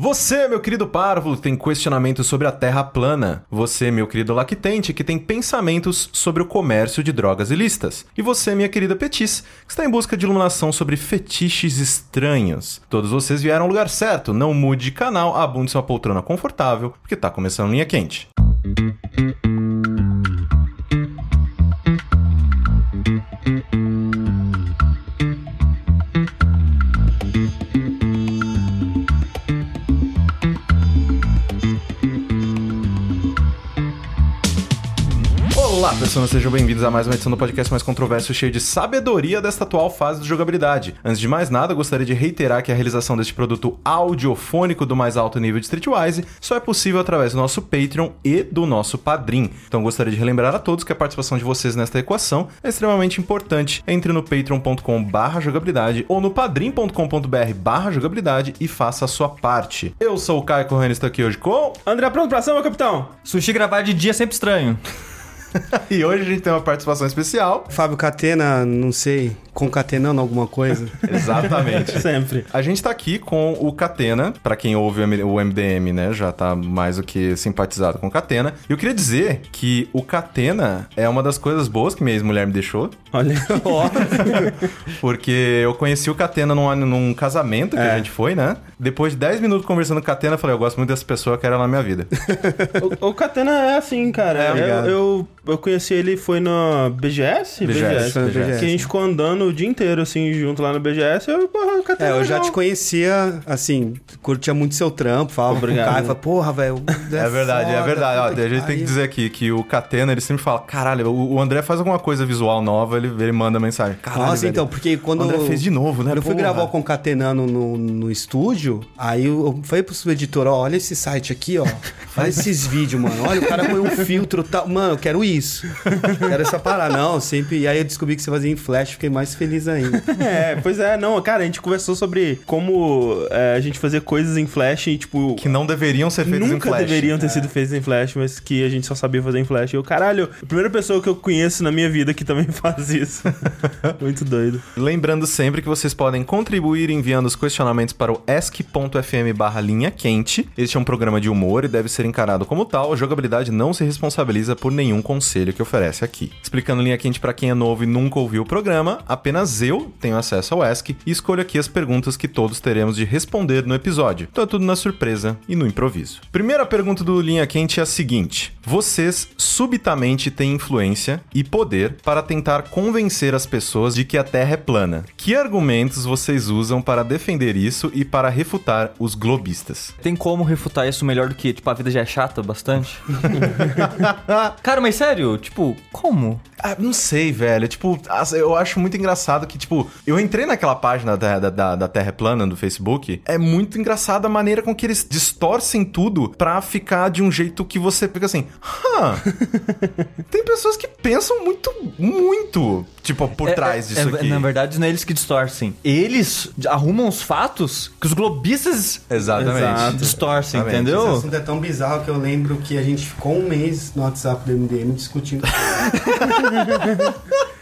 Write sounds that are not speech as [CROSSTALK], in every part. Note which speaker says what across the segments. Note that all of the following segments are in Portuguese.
Speaker 1: Você, meu querido parvo, tem questionamentos sobre a Terra plana. Você, meu querido lactente, que tem pensamentos sobre o comércio de drogas ilícitas. E você, minha querida Petis, que está em busca de iluminação sobre fetiches estranhos. Todos vocês vieram ao lugar certo. Não mude de canal, abunde sua poltrona confortável, porque tá começando linha quente. Olá, pessoas, sejam bem-vindos a mais uma edição do podcast mais controverso, cheio de sabedoria desta atual fase de jogabilidade. Antes de mais nada, gostaria de reiterar que a realização deste produto audiofônico do mais alto nível de Streetwise só é possível através do nosso Patreon e do nosso Padrim. Então, gostaria de relembrar a todos que a participação de vocês nesta equação é extremamente importante. Entre no patreon.com/barra jogabilidade ou no padrim.com.br/barra jogabilidade e faça a sua parte. Eu sou o Caio Corrêa e estou aqui hoje com. [LAUGHS]
Speaker 2: André, pronto pra ação, meu capitão?
Speaker 3: Sushi gravar de dia é sempre estranho.
Speaker 1: E hoje a gente tem uma participação especial.
Speaker 4: Fábio Catena, não sei, concatenando alguma coisa.
Speaker 1: Exatamente.
Speaker 2: [LAUGHS] Sempre.
Speaker 1: A gente tá aqui com o Catena, pra quem ouve o M- o MDM, né, já tá mais do que simpatizado com o Catena. E eu queria dizer que o Catena é uma das coisas boas que minha ex-mulher me deixou,
Speaker 2: Olha, ó.
Speaker 1: porque eu conheci o Catena num, num casamento que a
Speaker 4: É.
Speaker 1: gente foi, né? Depois de 10 minutos conversando com o Catena, eu falei, eu gosto muito dessa pessoa, eu quero ela na minha vida.
Speaker 2: o, o Catena é assim, cara.
Speaker 1: É,
Speaker 2: eu,
Speaker 1: obrigado.
Speaker 2: eu, eu conheci ele, foi na BGS?
Speaker 1: BGS,
Speaker 4: foi na
Speaker 2: Que a
Speaker 4: BGS.
Speaker 2: gente ficou andando o dia inteiro, assim, junto lá na BGS. Eu, porra, o Catena
Speaker 4: É, eu já
Speaker 2: legal.
Speaker 4: te conhecia, assim, curtia muito seu trampo, falava pro
Speaker 2: Obrigado.
Speaker 4: cara, falava, porra, velho. [LAUGHS]
Speaker 1: É verdade, é
Speaker 4: foda,
Speaker 1: verdade. Ó,
Speaker 4: puta
Speaker 1: a gente tem que
Speaker 4: pariu."
Speaker 1: dizer aqui que o Catena, ele sempre fala, caralho, o o André faz alguma coisa visual nova, ele, ele manda mensagem. Caralho,
Speaker 4: Nossa,
Speaker 1: velho,
Speaker 4: então, porque
Speaker 1: o
Speaker 4: quando.
Speaker 1: André fez de novo, né?
Speaker 4: Quando eu fui
Speaker 1: Porra."
Speaker 4: gravar o Concatenando no, no estúdio, aí eu eu falei pro seu editor, ó, olha esse site aqui, ó.
Speaker 1: [LAUGHS]
Speaker 4: Olha esses vídeos, mano. Olha, o cara põe um filtro e tal. Mano, eu quero isso. Quero essa parada. Não, sempre. E aí eu descobri que você fazia em flash, fiquei mais feliz ainda.
Speaker 2: [LAUGHS] É, pois é, não, cara, a gente conversou sobre como é, a gente fazer coisas em Flash e, tipo,
Speaker 1: que não deveriam ser feitos
Speaker 2: nunca
Speaker 1: em Flash.
Speaker 2: deveriam ter sido feitos em Flash, mas que a gente só sabia fazer em Flash. E eu, caralho, a primeira pessoa que eu conheço na minha vida que também [LAUGHS] faz isso. Muito doido.
Speaker 1: Lembrando sempre que vocês podem contribuir enviando os questionamentos para o ask.fm barra linha quente. Este é um programa de humor e deve ser encarado como tal. A jogabilidade não se responsabiliza por nenhum conselho que oferece aqui. Explicando linha quente para quem é novo e nunca ouviu o programa, apenas eu tenho acesso ao ask e escolho aqui as perguntas que todos teremos de responder no episódio. Então é tudo na surpresa e no improviso. Primeira pergunta do linha quente é a seguinte: vocês subitamente têm influência e poder para tentar convencer as pessoas de que a Terra é plana. Que argumentos vocês usam para defender isso e para refutar os globistas?
Speaker 3: Tem como refutar isso melhor do que, tipo, a vida já é
Speaker 2: [LAUGHS]
Speaker 3: chata bastante? Cara, mas sério, tipo, como?
Speaker 1: Ah, não sei, velho. Tipo, as- eu acho muito engraçado que, tipo, eu entrei naquela página da, da, da- da Terra é Plana do Facebook. É muito engraçada a maneira com que eles distorcem tudo pra ficar de um jeito que você fica assim. Hã? Tem pessoas que pensam muito, muito, tipo, por
Speaker 3: É-
Speaker 1: trás
Speaker 3: é-
Speaker 1: disso
Speaker 3: é-
Speaker 1: aqui.
Speaker 3: Na verdade, não é eles que distorcem. Eles arrumam os fatos que os globistas
Speaker 1: Exatamente.
Speaker 3: Exato. distorcem,
Speaker 1: Exatamente.
Speaker 4: Esse
Speaker 3: entendeu?
Speaker 4: assunto é tão bizarro que eu lembro que a gente ficou um mês no WhatsApp do MDM
Speaker 3: [LAUGHS]
Speaker 4: discutindo.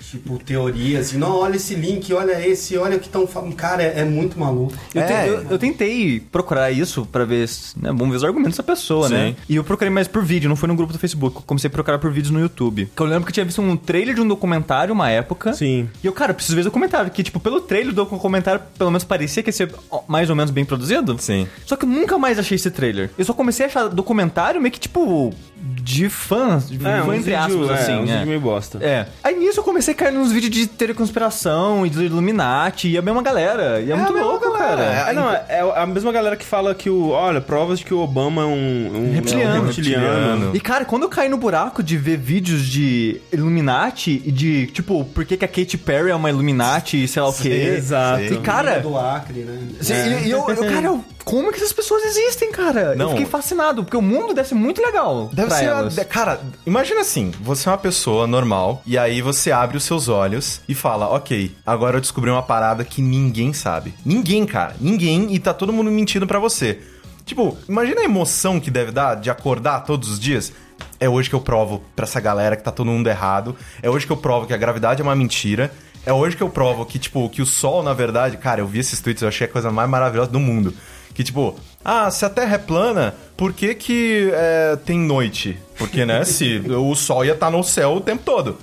Speaker 4: tipo, teorias, assim, não, olha esse link, olha esse, olha o que estão falando. Cara, é, é muito maluco.
Speaker 3: Eu,
Speaker 1: É.
Speaker 3: te- eu- eu tentei procurar isso pra ver, se- né, vamos ver os argumentos da pessoa, né?
Speaker 1: Sim.
Speaker 3: E eu procurei mais por vídeo, não foi no grupo do Facebook. Eu comecei a procurar por vídeos no YouTube. Que eu lembro que eu tinha visto um trailer de um documentário uma época.
Speaker 2: Sim.
Speaker 3: E eu, cara, eu preciso ver o documentário, que, tipo, pelo trailer do documentário, pelo menos parecia que ia ser ó, mais ou menos bem produzido.
Speaker 1: Sim.
Speaker 3: Só que eu nunca mais achei esse trailer. Eu só comecei a achar documentário meio que, tipo, de fãs, de fã
Speaker 2: uns
Speaker 3: entre
Speaker 2: vídeo-
Speaker 3: aspas,
Speaker 2: é,
Speaker 3: assim.
Speaker 2: uns
Speaker 3: é.
Speaker 2: vídeo meio bosta.
Speaker 3: É. Aí nisso eu comecei a cair nos vídeos de teoria conspiração e do Illuminati e a mesma galera. E é, muito
Speaker 1: a mesma
Speaker 3: louco,
Speaker 1: galera,
Speaker 3: cara.
Speaker 2: É, não, é a mesma galera que fala que o. Olha, provas de que o Obama é um. um
Speaker 3: Reptiliano.
Speaker 2: é um reptiliano.
Speaker 1: Reptiliano.
Speaker 3: E cara, quando eu caí no buraco de ver vídeos de Illuminati e de, tipo, por que, que a Katy Perry é uma Illuminati e sei lá o quê.
Speaker 2: Exato.
Speaker 3: E cara,
Speaker 4: Do Acre, né?
Speaker 3: Sim, E e eu,
Speaker 1: [LAUGHS]
Speaker 3: eu- cara, eu- como é que essas pessoas existem, cara?
Speaker 1: Não.
Speaker 3: Eu fiquei fascinado, porque o mundo deve ser muito legal.
Speaker 1: Deve
Speaker 3: pra
Speaker 1: ser. a-
Speaker 3: elas.
Speaker 1: de- cara, imagina assim: você é uma pessoa normal, e aí você abre os seus olhos e fala, ok, agora eu descobri uma parada que ninguém sabe. Ninguém, cara. Ninguém, e tá todo mundo mentindo pra você. Tipo, imagina a emoção que deve dar de acordar todos os dias. É hoje que eu provo pra essa galera que tá todo mundo errado. É hoje que eu provo que a gravidade é uma mentira. É hoje que eu provo que, tipo, que o sol, na verdade. Cara, eu vi esses tweets, eu achei a coisa mais maravilhosa do mundo. Que, tipo, Ah, se a Terra é plana, por que que é, tem noite? Porque, né, se o Sol ia estar no céu o tempo todo.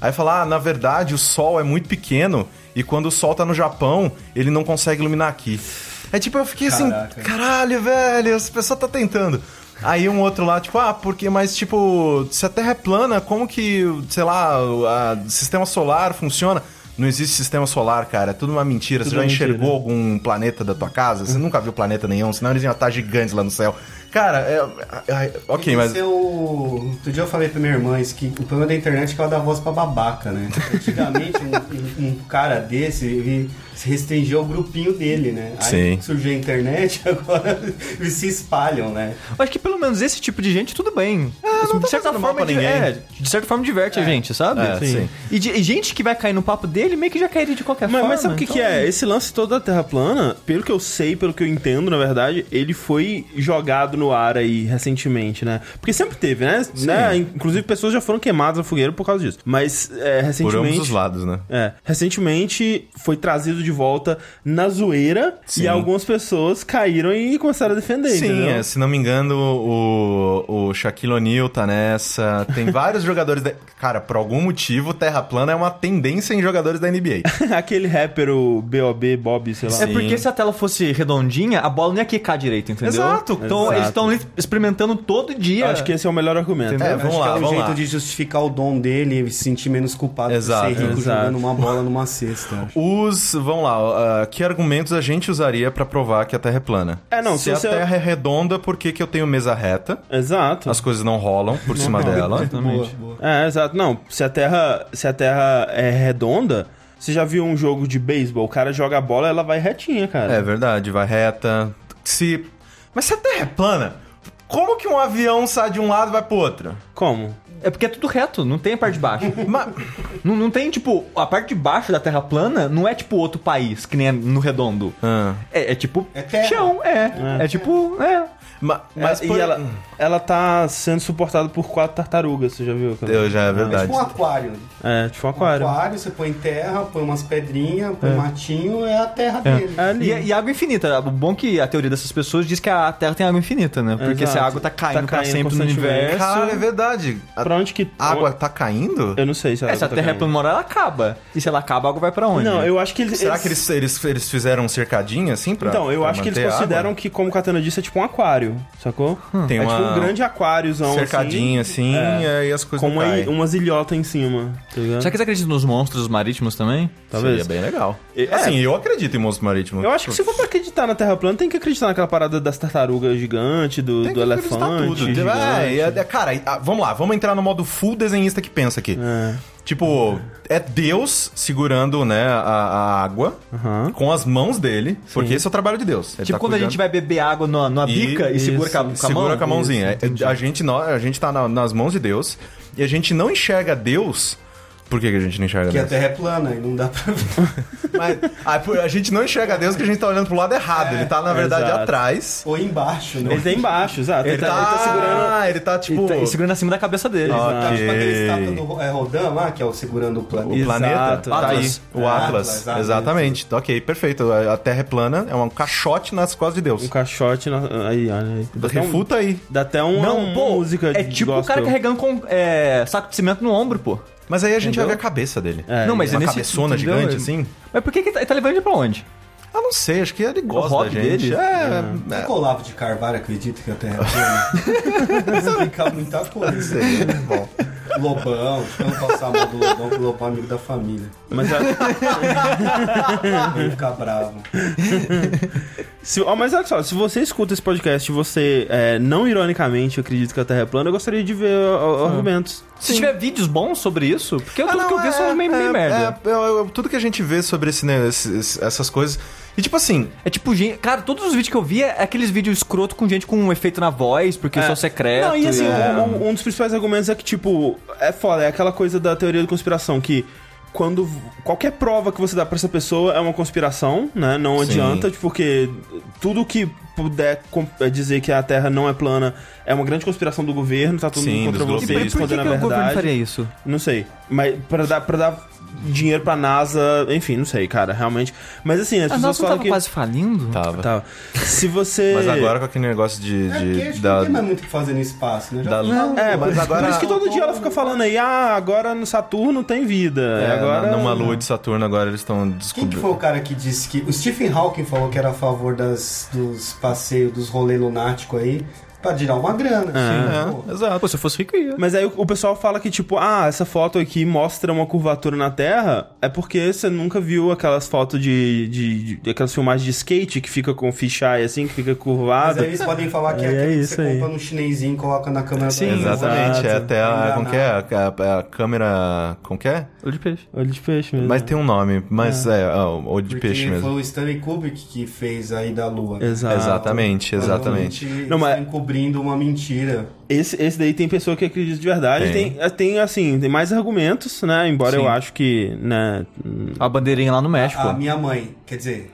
Speaker 1: Aí fala, ah, na verdade o Sol é muito pequeno e quando o Sol tá no Japão, ele não consegue iluminar aqui. É tipo, eu fiquei assim, caralho, velho, essa pessoa tá tentando. Aí um outro lá, tipo, ah, porque, mas tipo, se a Terra é plana, como que, sei lá, o a- o sistema solar funciona? Não existe sistema solar, cara, é tudo uma mentira. Você já
Speaker 2: uma mentira.
Speaker 1: enxergou algum um planeta da tua casa? Você nunca viu planeta nenhum, senão eles iam estar gigantes lá no céu. Cara, é. é- é- ok, mas.
Speaker 4: Esse é o... Outro dia eu falei pra minha irmã isso, que o problema da internet é que ela dá voz pra babaca, né? Antigamente, um, um- um cara desse, ele se restringia ao grupinho dele, né? Aí
Speaker 1: Sim.
Speaker 4: surgiu a internet, [LAUGHS] agora eles se espalham, né?
Speaker 3: Eu acho que pelo menos esse tipo de gente, tudo bem. de certa
Speaker 1: fazendo mal
Speaker 3: forma,
Speaker 1: pra
Speaker 3: di-
Speaker 1: ninguém.
Speaker 3: é, de certa forma diverte a gente, sabe? Assim.
Speaker 1: É, sim.
Speaker 3: E, de- e gente que vai cair no papo dele meio que já cairia de qualquer
Speaker 2: Mas,
Speaker 3: forma.
Speaker 2: mas sabe o que, que
Speaker 3: então-
Speaker 2: é? Esse lance todo da Terra plana, pelo que eu sei, pelo que eu entendo, na verdade, ele foi jogado no ar aí recentemente, né? Porque sempre teve, né? Né? Inclusive, pessoas já foram queimadas na fogueira por causa disso. Mas, é,
Speaker 1: Por
Speaker 2: recentemente.
Speaker 1: ambos os lados, né?
Speaker 2: É, recentemente foi trazido de volta na zoeira
Speaker 1: Sim.
Speaker 2: e algumas pessoas caíram e começaram a defender.
Speaker 1: Sim,
Speaker 2: entendeu?
Speaker 1: é, se não me engano, o, o Shaquille O'Neal tá nessa. Tem vários [LAUGHS] jogadores da. Cara, por algum motivo, Terra Plana é uma tendência em jogadores da NBA.
Speaker 2: [LAUGHS] Aquele rapper, o B.O.B. Bob, sei lá.
Speaker 3: É
Speaker 1: é. Sim.
Speaker 3: porque se a tela fosse redondinha, a bola não ia quicar direito, entendeu?
Speaker 1: Exato.
Speaker 3: Então eles
Speaker 2: Exato.
Speaker 3: estão experimentando todo dia.
Speaker 2: Eu acho que esse é o melhor argumento.
Speaker 1: É, vamos
Speaker 4: Acho
Speaker 1: lá,
Speaker 4: que é um
Speaker 1: vamos
Speaker 4: jeito
Speaker 1: lá.
Speaker 4: de justificar o dom dele e se sentir menos culpado
Speaker 1: Exato,
Speaker 4: por ser rico
Speaker 2: exato.
Speaker 4: jogando uma bola numa cesta.
Speaker 1: Os. Vamos lá, ah, que argumentos a gente usaria pra provar que a Terra é plana?
Speaker 2: É, não,
Speaker 1: se,
Speaker 2: se
Speaker 1: a
Speaker 2: você-
Speaker 1: Terra é redonda, por que, que eu tenho mesa reta?
Speaker 2: É. Exato.
Speaker 1: As coisas não rolam por cima
Speaker 2: [LAUGHS]
Speaker 1: dela.
Speaker 4: Boa, boa.
Speaker 2: É, exato. Não, se a Terra, se a terra é redonda, você já viu um jogo de beisebol? O cara joga a bola, ela vai retinha, cara.
Speaker 1: É verdade, vai reta. Se. Mas se a Terra é plana, como que um avião sai de um lado e vai pro outro?
Speaker 2: Como?
Speaker 3: É porque é tudo reto, não tem a parte de baixo.
Speaker 2: [LAUGHS]
Speaker 1: Mas.
Speaker 3: não, não tem, tipo, a parte de baixo da terra plana não é tipo outro país, que nem é no redondo.
Speaker 1: Ah,
Speaker 3: É, é tipo
Speaker 4: É terra.
Speaker 3: chão, é. É, tipo, é.
Speaker 1: ma- mas
Speaker 2: Mas
Speaker 1: por- hum.
Speaker 2: e ela, ela tá sendo suportada por quatro tartarugas, você já viu? cara?
Speaker 1: Eu já é
Speaker 4: É
Speaker 1: verdade.
Speaker 4: tipo um aquário.
Speaker 2: É, tipo um
Speaker 4: Um aquário.
Speaker 2: aquário.
Speaker 4: você põe terra, põe umas pedrinhas, põe matinho, é a terra dele.
Speaker 2: É ali.
Speaker 3: E, e água infinita. O bom que a teoria dessas pessoas diz que a Terra tem água infinita, né? Porque se a
Speaker 2: Exato.
Speaker 3: água tá caindo,
Speaker 2: Tá
Speaker 3: pra
Speaker 2: caindo
Speaker 3: sempre no
Speaker 2: constantemente.
Speaker 3: universo.
Speaker 1: Caralho, é verdade. A
Speaker 2: Pra onde que...
Speaker 1: a água tá caindo?
Speaker 2: Eu não sei se a
Speaker 3: É, se a
Speaker 2: água tá
Speaker 3: Terra
Speaker 2: caindo.
Speaker 3: é plana, uma hora ela acaba. E se ela acaba, a água vai pra onde?
Speaker 2: Não, eu acho que eles...
Speaker 1: Será que eles, eles, eles fizeram um cercadinho assim pra.
Speaker 2: Então, eu
Speaker 1: pra
Speaker 2: acho que eles
Speaker 1: manter a
Speaker 2: consideram
Speaker 1: água? Hum.
Speaker 2: que, como o Katana disse, é tipo um aquário, sacou?
Speaker 1: Tem
Speaker 2: é tipo
Speaker 1: uma-
Speaker 2: um grande aquáriozão,
Speaker 1: cercadinho assim,
Speaker 2: é.
Speaker 1: e aí as coisas
Speaker 2: assim, com
Speaker 1: não
Speaker 2: uma,
Speaker 1: caem.
Speaker 2: umas ilhotas em cima, tá ligado?
Speaker 3: Será que é eles acreditam nos monstros marítimos também?
Speaker 2: Talvez.
Speaker 1: Seria bem legal.
Speaker 2: É.
Speaker 1: Assim, eu acredito em monstros marítimos.
Speaker 2: Eu acho que se for pra acreditar na Terra plana, tem que acreditar naquela parada das tartarugas gigante, do,
Speaker 1: Tem
Speaker 2: do
Speaker 1: que acreditar
Speaker 2: elefante.
Speaker 1: tudo.
Speaker 2: gigante.
Speaker 1: É, é, é, cara, ah, vamos lá, vamos entrar no modo full desenhista que pensa aqui.
Speaker 2: É.
Speaker 1: Tipo, é Deus segurando, né, a, a água
Speaker 2: Aham.
Speaker 1: com as mãos dele, porque esse é o trabalho de Deus. Ele
Speaker 3: tipo
Speaker 1: tá
Speaker 3: quando a
Speaker 1: cuidando-
Speaker 3: gente vai beber água na, na
Speaker 1: E-
Speaker 3: bica e
Speaker 1: isso,
Speaker 3: segura com a, com a
Speaker 1: segura
Speaker 3: mão?
Speaker 1: com a mãozinha. É, a, gente, nó- a gente tá na- nas mãos de Deus e a gente não enxerga Deus. Por que, que a gente não enxerga
Speaker 4: Porque a
Speaker 1: Deus?
Speaker 4: terra é plana e não dá pra ver.
Speaker 1: [LAUGHS] Mas, ah, por- a, gente não enxerga Deus porque a gente tá olhando pro lado errado. ele tá, na
Speaker 3: É,
Speaker 1: verdade,
Speaker 2: exato.
Speaker 1: atrás.
Speaker 4: Ou embaixo, né?
Speaker 1: é
Speaker 2: Ele tá embaixo, exato.
Speaker 1: Ele, tá, ele tá segurando. Ele tá tipo.
Speaker 3: E, tá- e segurando acima da cabeça dele.
Speaker 1: Ó,
Speaker 4: Tá, tipo aquele
Speaker 1: Ok.
Speaker 4: estátua do Ro- é, Rodan lá, que é o segurando o planeta.
Speaker 1: O planeta
Speaker 2: Exato.
Speaker 1: tá aí,
Speaker 3: Atlas.
Speaker 1: o
Speaker 4: É,
Speaker 1: Atlas,
Speaker 4: Atlas, Atlas.
Speaker 1: exatamente. Ok, perfeito. A a Terra é plana, é um caixote nas costas de Deus.
Speaker 2: Um caixote na... Aí, olha aí. Dá até um-
Speaker 1: Refuta aí.
Speaker 2: Dá até um,
Speaker 3: Não,
Speaker 2: uma
Speaker 3: pô,
Speaker 2: música
Speaker 3: é
Speaker 2: de
Speaker 3: tipo o
Speaker 2: gospel.
Speaker 3: cara carregando com é, saco de cimento no ombro, pô.
Speaker 1: Mas aí a gente
Speaker 3: Entendeu?
Speaker 1: vai ver a cabeça dele.
Speaker 2: É,
Speaker 3: não, mas
Speaker 1: Uma
Speaker 3: é nesse
Speaker 1: cabeçona
Speaker 3: entendeu?
Speaker 1: gigante, assim.
Speaker 3: Mas por que que ele tá, ele tá levando ele pra onde?
Speaker 1: Ah, não sei, acho que ele gosta da
Speaker 3: hobby
Speaker 1: gente.
Speaker 3: dele?
Speaker 1: É,
Speaker 4: Será que o um Olavo de Carvalho acredita que a terra é plana?
Speaker 1: [LAUGHS]
Speaker 4: Isso explica muita coisa.
Speaker 1: é Bom.
Speaker 4: Lobão, vamos passar a mão do Lobão, que o Lobão é amigo da família.
Speaker 2: Mas, é-
Speaker 3: [LAUGHS]
Speaker 2: a-
Speaker 4: Ele fica bravo.
Speaker 2: se, ó, mas olha só, se você escuta esse podcast e você, é, não ironicamente, acredita que a Terra é plana, eu gostaria de ver ó, ó, argumentos.
Speaker 3: Se tiver vídeos bons sobre isso, porque tudo que eu vi são meio, meio merda.
Speaker 1: Ah, é, eu- eu- tudo que a gente vê sobre esse, né, esses- essas coisas. E tipo assim,
Speaker 3: É. tipo, gente. Cara, todos os vídeos que eu vi é aqueles vídeos escroto com gente com um efeito na voz, porque isso é secreto.
Speaker 2: Não, e assim,
Speaker 3: é.
Speaker 2: um, um- um dos principais argumentos é que, tipo, é foda, é aquela coisa da teoria da conspiração que. Quando qualquer prova que você dá pra essa pessoa é uma conspiração, né? Não
Speaker 1: Sim.
Speaker 2: adianta, tipo, porque tudo que puder com- é dizer que a Terra não é plana é uma grande conspiração do governo, tá todo
Speaker 1: Sim,
Speaker 2: mundo
Speaker 1: dos
Speaker 2: contra você
Speaker 1: globistas.
Speaker 3: E por que,
Speaker 2: escondendo a
Speaker 3: que o governo
Speaker 2: verdade.
Speaker 3: faria isso?
Speaker 2: Não sei, mas pra dar para dar dinheiro pra NASA, enfim, não sei, cara, realmente. Mas assim, as
Speaker 3: A
Speaker 2: pessoas
Speaker 3: nossa não
Speaker 2: falam
Speaker 3: tava
Speaker 2: que.
Speaker 3: quase falindo?
Speaker 1: Tava.
Speaker 2: Tá. Se você.
Speaker 1: Mas agora com aquele negócio de.
Speaker 4: É,
Speaker 1: de-
Speaker 4: porque acho que
Speaker 1: da,
Speaker 4: não tem mais muito o que fazer no espaço, né? Já
Speaker 1: da-
Speaker 4: falamos,
Speaker 1: é,
Speaker 4: pô.
Speaker 1: mas
Speaker 2: Por
Speaker 1: agora.
Speaker 2: isso que todo dia ela fica falando aí, ah, agora no Saturno tem vida.
Speaker 1: é,
Speaker 2: agora.
Speaker 1: na- numa lua de Saturno, agora eles estão
Speaker 4: Quem
Speaker 1: descobrindo.
Speaker 4: que foi o cara que disse que. O Stephen Hawking falou que era a favor das, dos passeios, dos rolê lunático aí, pra girar uma grana. assim, pô.
Speaker 1: É, exato.
Speaker 5: Pô, se eu fosse rico, eu ia.
Speaker 2: Mas aí o, o pessoal fala que, tipo, ah, essa foto aqui mostra uma curvatura na Terra. É porque você nunca viu aquelas fotos de. de, de- aquelas filmagens de skate que fica com fisheye assim, que fica
Speaker 4: Mas
Speaker 2: curvado.
Speaker 4: aí eles podem falar que é,
Speaker 2: Aí é
Speaker 4: aquilo que
Speaker 2: isso
Speaker 4: você
Speaker 2: aí.
Speaker 4: compra no chinesinho e coloca na câmera
Speaker 5: Sim,
Speaker 4: do
Speaker 1: Exatamente, é
Speaker 2: Exato.
Speaker 1: até a,
Speaker 4: Enganar.
Speaker 1: como que é? A, a- a câmera, como que é?
Speaker 5: Olho de peixe.
Speaker 2: Olho de peixe mesmo.
Speaker 1: Mas tem um nome, mas é, é olho de
Speaker 4: Porque né?
Speaker 1: peixe
Speaker 4: foi
Speaker 1: mesmo.
Speaker 4: o Stanley Kubrick que fez aí da Lua. Então,
Speaker 2: Exato.
Speaker 1: Exatamente, exatamente.
Speaker 4: Provavelmente
Speaker 2: Não, mas-
Speaker 4: estão encobrindo uma mentira.
Speaker 2: Esse, esse daí tem pessoa que acredita de verdade.
Speaker 1: Tem.
Speaker 2: Tem, tem, assim, tem mais argumentos, né? Embora eu
Speaker 1: Sim.
Speaker 2: acho que, né?
Speaker 3: A bandeirinha lá no México.
Speaker 4: A minha mãe, quer dizer,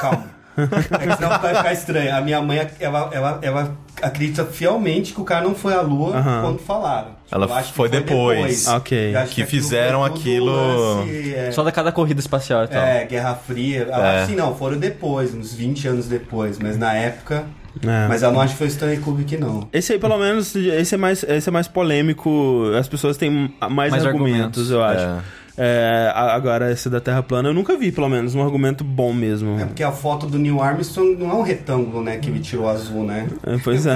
Speaker 4: calma. É que senão vai ficar estranho. A minha mãe, ela, ela, ela acredita fielmente que o cara não foi à lua
Speaker 2: Aham.
Speaker 4: quando falaram. Tipo,
Speaker 1: Ela
Speaker 4: eu acho que
Speaker 1: foi depois.
Speaker 2: Ok.
Speaker 4: Eu acho
Speaker 1: Que
Speaker 4: aquilo
Speaker 1: fizeram
Speaker 4: foi tudo
Speaker 1: aquilo-
Speaker 4: lance, é,
Speaker 3: Só da cada corrida espacial e tal.
Speaker 4: é, Guerra Fria. Eu
Speaker 1: É.
Speaker 4: Acho que não, foram depois, uns 20 anos depois. Mas na época.
Speaker 2: É.
Speaker 4: Mas ela não acho que foi o Stanley Kubrick, não.
Speaker 2: Esse aí, pelo menos, esse é mais, esse é mais polêmico. As pessoas têm mais,
Speaker 3: Mais
Speaker 2: argumentos,
Speaker 3: argumentos,
Speaker 2: eu acho.
Speaker 1: é.
Speaker 2: É, a- agora, esse da Terra plana, eu nunca vi, pelo menos, um argumento bom mesmo.
Speaker 4: É porque a foto do Neil Armstrong não é um retângulo, né? Que ele tirou azul, né?
Speaker 2: É, pois
Speaker 1: [LAUGHS]
Speaker 2: é,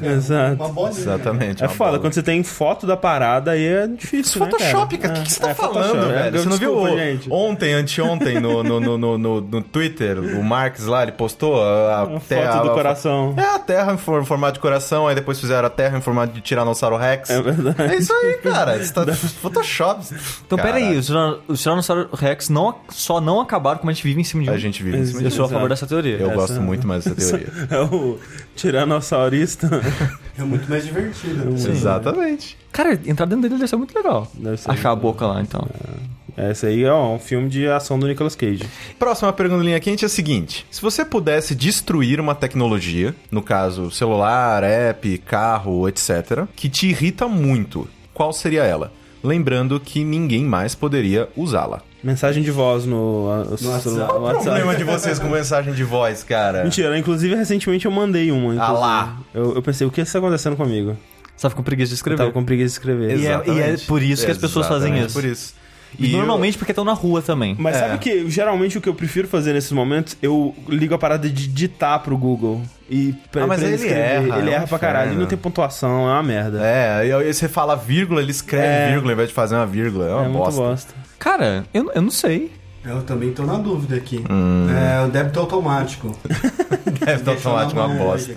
Speaker 4: Uma
Speaker 2: exato.
Speaker 4: bolinha.
Speaker 1: Exatamente. um
Speaker 2: É
Speaker 1: uma
Speaker 2: foda,
Speaker 1: bola.
Speaker 2: quando você tem foto da parada, aí é difícil, né, cara?
Speaker 1: Photoshop, cara. O que, que você tá falando,
Speaker 2: Photoshop. É,
Speaker 1: velho? Você não
Speaker 2: Desculpa,
Speaker 1: viu
Speaker 2: gente.
Speaker 1: ontem, anteontem, no, no, no, no, no, no Twitter, o Marx lá, ele postou a, a
Speaker 2: Uma
Speaker 1: terra...
Speaker 2: foto do coração.
Speaker 1: É, a terra em for- formato de coração, aí depois fizeram a terra em formato de Tiranossauro Rex.
Speaker 2: É verdade.
Speaker 1: É isso
Speaker 2: [LAUGHS]
Speaker 1: aí, cara. Isso tá Photoshop.
Speaker 3: Então,
Speaker 1: Caraca,
Speaker 3: peraí, os tiran- os Tiranossauro Rex não, só não acabaram como a gente vive em cima de um.
Speaker 1: A gente vive em cima
Speaker 3: Eu
Speaker 1: disso.
Speaker 3: sou a favor dessa teoria.
Speaker 1: Eu
Speaker 2: Essa-
Speaker 1: gosto muito mais dessa teoria.
Speaker 2: [LAUGHS] É o tiranossaurista.
Speaker 4: É muito mais divertido.
Speaker 1: Exatamente.
Speaker 3: Cara, entrar dentro dele deve ser muito legal.
Speaker 2: Deve ser
Speaker 3: Achar a boca lá, então.
Speaker 2: Esse aí é um filme de ação do Nicolas Cage.
Speaker 1: Próxima pergunta do linha quente é a seguinte: se você pudesse destruir uma tecnologia, no caso celular, app, carro, etc., que te irrita muito, qual seria ela? Lembrando que ninguém mais poderia usá-la.
Speaker 2: Mensagem de voz no, a- o celular-
Speaker 4: WhatsApp.
Speaker 2: no WhatsApp.
Speaker 1: é um de vocês com mensagem de voz, cara.
Speaker 2: [LAUGHS] Mentira, inclusive recentemente eu mandei uma.
Speaker 1: Ah
Speaker 2: inclusive.
Speaker 1: lá.
Speaker 2: Eu, eu pensei, o que está acontecendo comigo?
Speaker 3: Você tava com preguiça de
Speaker 2: Eu
Speaker 3: escrever.
Speaker 2: tava com preguiça de escrever.
Speaker 3: E é- e é por isso que as pessoas fazem
Speaker 1: Exatamente
Speaker 3: isso.
Speaker 1: Por isso.
Speaker 3: E
Speaker 1: eu-
Speaker 3: normalmente porque estão na rua também.
Speaker 2: é,
Speaker 1: É.
Speaker 2: Mas sabe que geralmente o que eu prefiro fazer nesses momentos, eu ligo a parada de digitar pro Google. E pra,
Speaker 1: Ah, mas
Speaker 2: pra
Speaker 1: ele erra,
Speaker 2: Ele
Speaker 1: é um
Speaker 2: erra pra caralho. Ele
Speaker 1: inferno.
Speaker 2: não tem pontuação, é uma merda.
Speaker 1: É, aí aí você fala vírgula, ele escreve
Speaker 2: É.
Speaker 1: vírgula ao invés de fazer uma vírgula. É uma
Speaker 2: muito
Speaker 1: bosta.
Speaker 2: bosta.
Speaker 3: Cara, eu, eu não sei.
Speaker 4: Eu também tô na dúvida aqui. É o débito automático.
Speaker 1: [LAUGHS] É então, automático, uma bosta.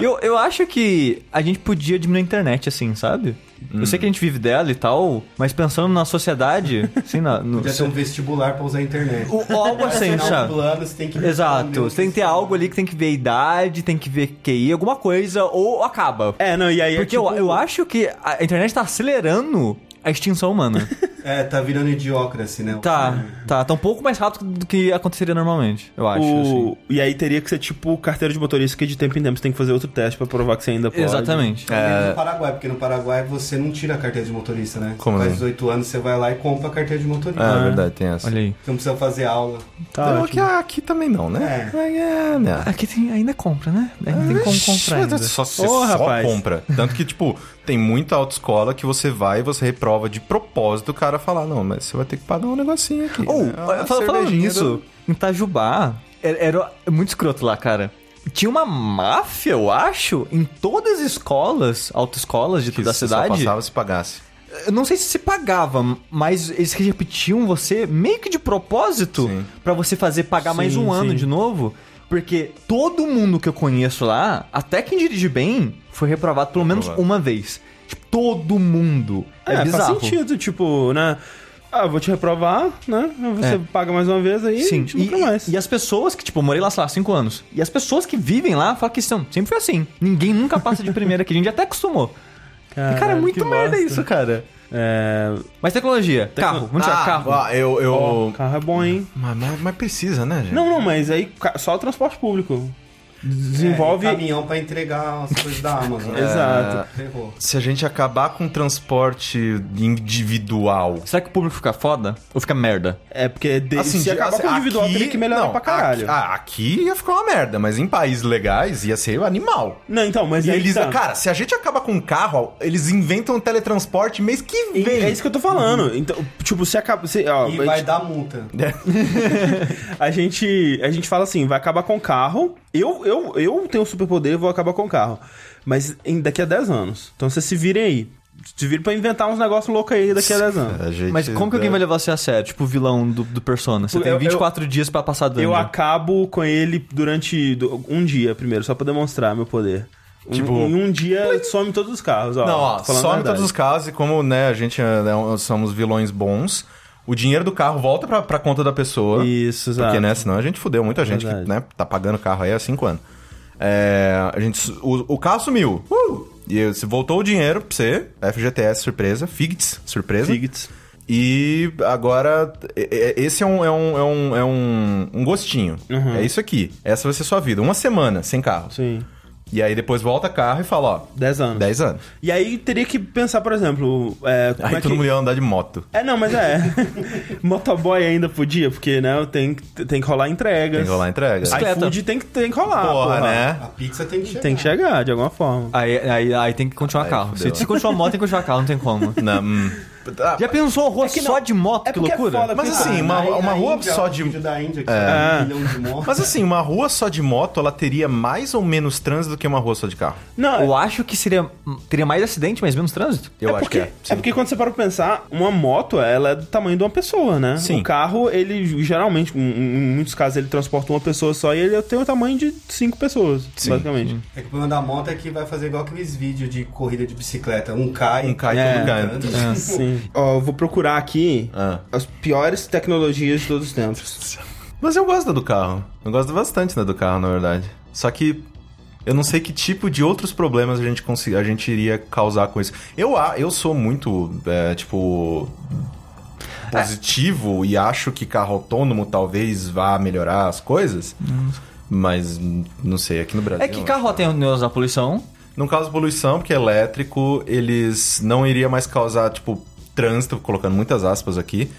Speaker 3: Eu, eu acho que a gente podia diminuir a internet, assim, sabe? Eu sei que a gente vive dela e tal, mas pensando
Speaker 2: [LAUGHS]
Speaker 3: na sociedade, assim, na, no,
Speaker 4: Já tem um vestibular pra usar a internet.
Speaker 3: [LAUGHS] o, algo assim,
Speaker 4: Assinar um
Speaker 3: sabe?
Speaker 4: plano, você tem que
Speaker 3: Exato. Você tem que ter algo ali que tem que ver a idade, tem que ver QI, alguma coisa, ou acaba.
Speaker 2: É, não, e aí é
Speaker 3: Porque eu,
Speaker 2: tipo-
Speaker 3: eu acho que a internet tá acelerando a
Speaker 2: [LAUGHS]
Speaker 3: extinção humana.
Speaker 4: É, tá virando idiocracy, né?
Speaker 3: tá, tá. Tá um pouco mais rápido do que aconteceria normalmente, eu acho.
Speaker 2: o-
Speaker 3: assim.
Speaker 2: E aí teria que ser tipo carteira de motorista que de tempo em tempo você tem que fazer outro teste pra provar que você ainda pode.
Speaker 3: Exatamente.
Speaker 4: É... No Paraguai, porque no Paraguai você não tira a carteira de motorista, né?
Speaker 1: Como
Speaker 4: Faz
Speaker 1: assim?
Speaker 4: 18 anos, você vai lá e compra a carteira de motorista.
Speaker 1: É, é verdade, tem essa.
Speaker 3: Olha aí.
Speaker 4: Você não precisa fazer aula.
Speaker 2: Tá
Speaker 1: Não,
Speaker 2: ótimo.
Speaker 1: aqui, aqui também não, né? É, né?
Speaker 3: Aqui tem, ainda compra, né? Ainda tem como comprar ainda.
Speaker 1: Só, você
Speaker 2: Ô,
Speaker 1: só
Speaker 2: rapaz.
Speaker 1: compra. Tanto que, tipo, tem muita autoescola que você vai e você reprova de propósito o cara falar, não, mas você vai ter que pagar um negocinho aqui.
Speaker 3: Ou,
Speaker 1: né? Uma
Speaker 3: fal- falando
Speaker 1: cervejinha
Speaker 3: nisso, em Itajubá, era, era muito escroto lá, cara. Tinha uma máfia, eu acho, em todas as escolas, autoescolas de
Speaker 1: do- que
Speaker 3: toda a
Speaker 1: você só
Speaker 3: cidade.
Speaker 1: passava se pagasse.
Speaker 3: Eu não sei se se pagava, mas eles repetiam você meio que de propósito
Speaker 1: Sim.
Speaker 3: pra você fazer pagar mais um
Speaker 2: sim.
Speaker 3: ano de novo. Porque todo mundo que eu conheço lá, até quem dirige bem, foi reprovado pelo menos
Speaker 1: Reprovado.
Speaker 3: uma vez. Tipo, todo mundo. É, bizarro.
Speaker 2: faz sentido, tipo, né? Ah, eu vou te reprovar, né? Você
Speaker 3: É.
Speaker 2: paga mais uma vez aí
Speaker 3: Sim,
Speaker 2: a gente
Speaker 3: e,
Speaker 2: nunca mais.
Speaker 3: e as pessoas que, tipo, eu morei lá, sei lá, 5 anos. E as pessoas que vivem lá falam que são, sempre foi assim. Ninguém nunca passa de primeira aqui, a gente até acostumou. e, cara, é
Speaker 2: Caralho,
Speaker 3: muito
Speaker 2: que
Speaker 3: merda
Speaker 2: bosta.
Speaker 3: isso, cara.
Speaker 2: É...
Speaker 3: Mas tecnologia, carro, vamos
Speaker 2: Ah,
Speaker 3: tirar carro.
Speaker 1: Ah, ó, eu... eu...
Speaker 2: Ó, carro é bom, hein?
Speaker 3: É.
Speaker 1: Mas, mas- mas precisa, né, gente?
Speaker 2: Não, não, mas aí ca- só o transporte público. desenvolve.
Speaker 4: É, caminhão pra entregar as coisas da Amazon. É,
Speaker 2: Exato.
Speaker 4: Ferrou.
Speaker 1: Se a gente acabar com o transporte individual.
Speaker 3: Será que o público fica foda ou fica merda?
Speaker 2: É porque de- se
Speaker 3: Assim,
Speaker 1: de-
Speaker 2: acabar com o individual,
Speaker 1: aqui-
Speaker 2: teria que melhorar
Speaker 1: não,
Speaker 2: pra caralho.
Speaker 1: aqui- Ah, aqui, ia ficar uma merda, mas em países legais ia ser animal.
Speaker 2: Não, então, mas
Speaker 1: E
Speaker 2: aí
Speaker 1: eles,
Speaker 2: tá.
Speaker 1: cara, se a gente acaba com o carro, eles inventam um teletransporte mês que vem.
Speaker 2: É isso que eu tô falando. Então, tipo, se acaba. Se, ó,
Speaker 4: E
Speaker 2: a
Speaker 4: vai
Speaker 2: gente-
Speaker 4: dar multa.
Speaker 2: A gente, a gente fala assim, vai acabar com o carro. Eu, eu, eu tenho um superpoder, vou acabar com o carro. Mas em, daqui a 10 anos. Então vocês se virem aí. Se virem pra inventar uns negócios loucos aí daqui a 10 anos.
Speaker 1: A gente-
Speaker 3: Mas como que alguém vai levar você a sério? Tipo o vilão do, do Persona. Você
Speaker 2: Eu-
Speaker 3: tem
Speaker 2: eu-
Speaker 3: 24 dias pra passar dano.
Speaker 2: Eu acabo com ele durante do- um dia primeiro, só pra demonstrar meu poder. Um-
Speaker 1: Tipo-
Speaker 2: em um dia some todos os carros, ó.
Speaker 1: Não, ó,
Speaker 2: tô falando a
Speaker 1: some
Speaker 2: verdade.
Speaker 1: todos os carros e como né, a gente é, né, somos vilões bons, o dinheiro do carro volta pra, pra conta da pessoa.
Speaker 2: Isso, exato.
Speaker 1: Porque, né, senão a gente fudeu muita gente que
Speaker 2: Verdade.
Speaker 1: né, tá pagando carro aí há cinco anos. É, a gente, su- o, o carro sumiu. Uh! E se voltou o dinheiro pra você, FGTS surpresa, FIGTS surpresa.
Speaker 2: Tickets.
Speaker 1: E agora, e- e- esse é um, é um, é um, é um, um gostinho. É isso aqui. Essa vai ser sua vida. Uma semana sem carro.
Speaker 2: Sim.
Speaker 1: E aí depois volta carro e fala, ó,
Speaker 2: 10 anos.
Speaker 1: 10 anos.
Speaker 2: E aí teria que pensar, por exemplo, é, como
Speaker 1: Aí
Speaker 2: é
Speaker 1: todo
Speaker 2: que...
Speaker 1: mundo ia andar de moto.
Speaker 2: É, não, mas é. [LAUGHS] Motoboy ainda podia, porque, né, tem, tem que rolar entregas.
Speaker 1: Tem que rolar entrega.
Speaker 3: Ai,
Speaker 2: iFood tem que, tem que rolar,
Speaker 1: porra,
Speaker 2: porra,
Speaker 1: né?
Speaker 4: A pizza tem que chegar.
Speaker 2: Tem que chegar, de alguma forma.
Speaker 3: Aí, aí, aí tem que continuar
Speaker 1: Aí
Speaker 3: carro.
Speaker 1: fudeu.
Speaker 3: Se, se continuar moto, tem que continuar carro, não
Speaker 2: [LAUGHS]
Speaker 3: tem como.
Speaker 1: Na- hum. Ah,
Speaker 3: Já pensou um horror só de moto?
Speaker 2: É
Speaker 3: que
Speaker 2: porque é
Speaker 3: loucura.
Speaker 2: foda,
Speaker 1: Mas
Speaker 2: porque-
Speaker 1: assim, uma,
Speaker 4: Na- na
Speaker 1: uma rua
Speaker 4: Índia,
Speaker 1: só
Speaker 4: o
Speaker 1: de...
Speaker 4: vídeo da Índia que é. um milhão de
Speaker 1: [LAUGHS]
Speaker 4: mortos.
Speaker 1: Mas assim, uma rua só de moto, ela teria mais ou menos trânsito do que uma rua só de carro.
Speaker 2: Não, é-
Speaker 3: Eu acho que seria teria mais acidente, mas menos trânsito.
Speaker 1: Eu acho
Speaker 2: porque,
Speaker 1: que é.
Speaker 2: é porque quando você para pra pensar, uma moto, ela é do tamanho de uma pessoa, né?
Speaker 1: Sim.
Speaker 2: O carro, ele geralmente, em- em muitos casos, ele transporta uma pessoa só e ele tem o tamanho de cinco pessoas,
Speaker 1: Sim.
Speaker 2: basicamente.
Speaker 4: É que o problema da moto é que vai fazer igual aqueles vídeos de corrida de bicicleta. Um cai.
Speaker 1: Um cai,
Speaker 2: É.
Speaker 1: todo cai.
Speaker 4: [LAUGHS]
Speaker 2: Sim. Tipo, Ó, eu vou procurar aqui
Speaker 1: Ah.
Speaker 2: as piores tecnologias de todos os tempos.
Speaker 1: Mas eu gosto da do carro. Eu gosto bastante da do carro, na verdade. Só que eu não sei que tipo de outros problemas a gente, consi- a gente iria causar com isso. Eu, a- eu sou muito, é, tipo, positivo e acho que carro autônomo talvez vá melhorar as coisas. Mas hum, não sei, aqui no Brasil.
Speaker 3: É que carro tem a poluição.
Speaker 1: Não causa poluição, porque é elétrico, eles não iria mais causar, tipo, trânsito, colocando muitas aspas aqui,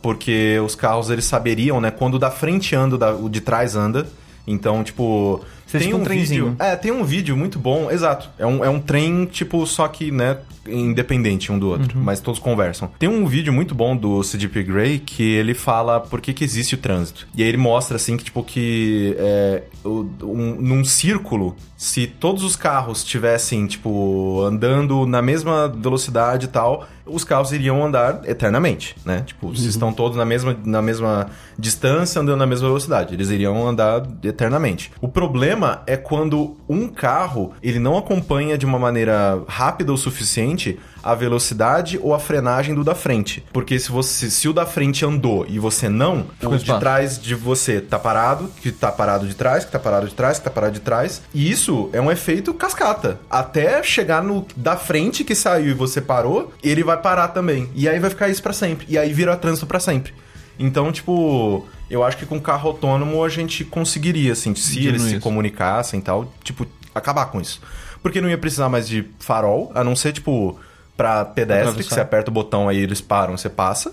Speaker 1: porque os carros eles saberiam, né, quando o da frente anda, o da- o de trás anda. Então, tipo.
Speaker 3: Seria tipo um trenzinho.
Speaker 1: vídeo. É, tem um vídeo muito bom, exato. É um, é um trem, tipo, só que, né, independente um do
Speaker 3: Uhum.
Speaker 1: outro, mas todos conversam. Tem um vídeo muito bom do CDP Grey que ele fala por que, que existe o trânsito. E aí ele mostra, assim, que, tipo, que é, o- um- num círculo, se todos os carros tivessem, tipo, andando na mesma velocidade e tal, os carros iriam andar eternamente, né? Tipo, se estão todos na mesma, na mesma distância, andando na mesma velocidade, eles iriam andar eternamente. O problema é quando um carro, ele não acompanha de uma maneira rápida o suficiente a velocidade ou a frenagem do da frente. Porque se você se o da frente andou e você não, o de
Speaker 3: espaço.
Speaker 1: trás de você tá parado, que tá parado de trás, que tá parado de trás, que tá parado de trás. E isso é um efeito cascata. Até chegar no da frente que saiu e você parou, ele vai parar também. E aí vai ficar isso pra sempre. E aí vira trânsito pra sempre. Então, tipo, eu acho que com carro autônomo a gente conseguiria, assim, se
Speaker 3: Diminuir
Speaker 1: eles se
Speaker 3: isso.
Speaker 1: comunicassem e tal, tipo, acabar com isso. Porque não ia precisar mais de farol, a não ser, tipo, pra pedestre, que
Speaker 3: Atravessar.
Speaker 1: você aperta o botão aí eles param, você passa.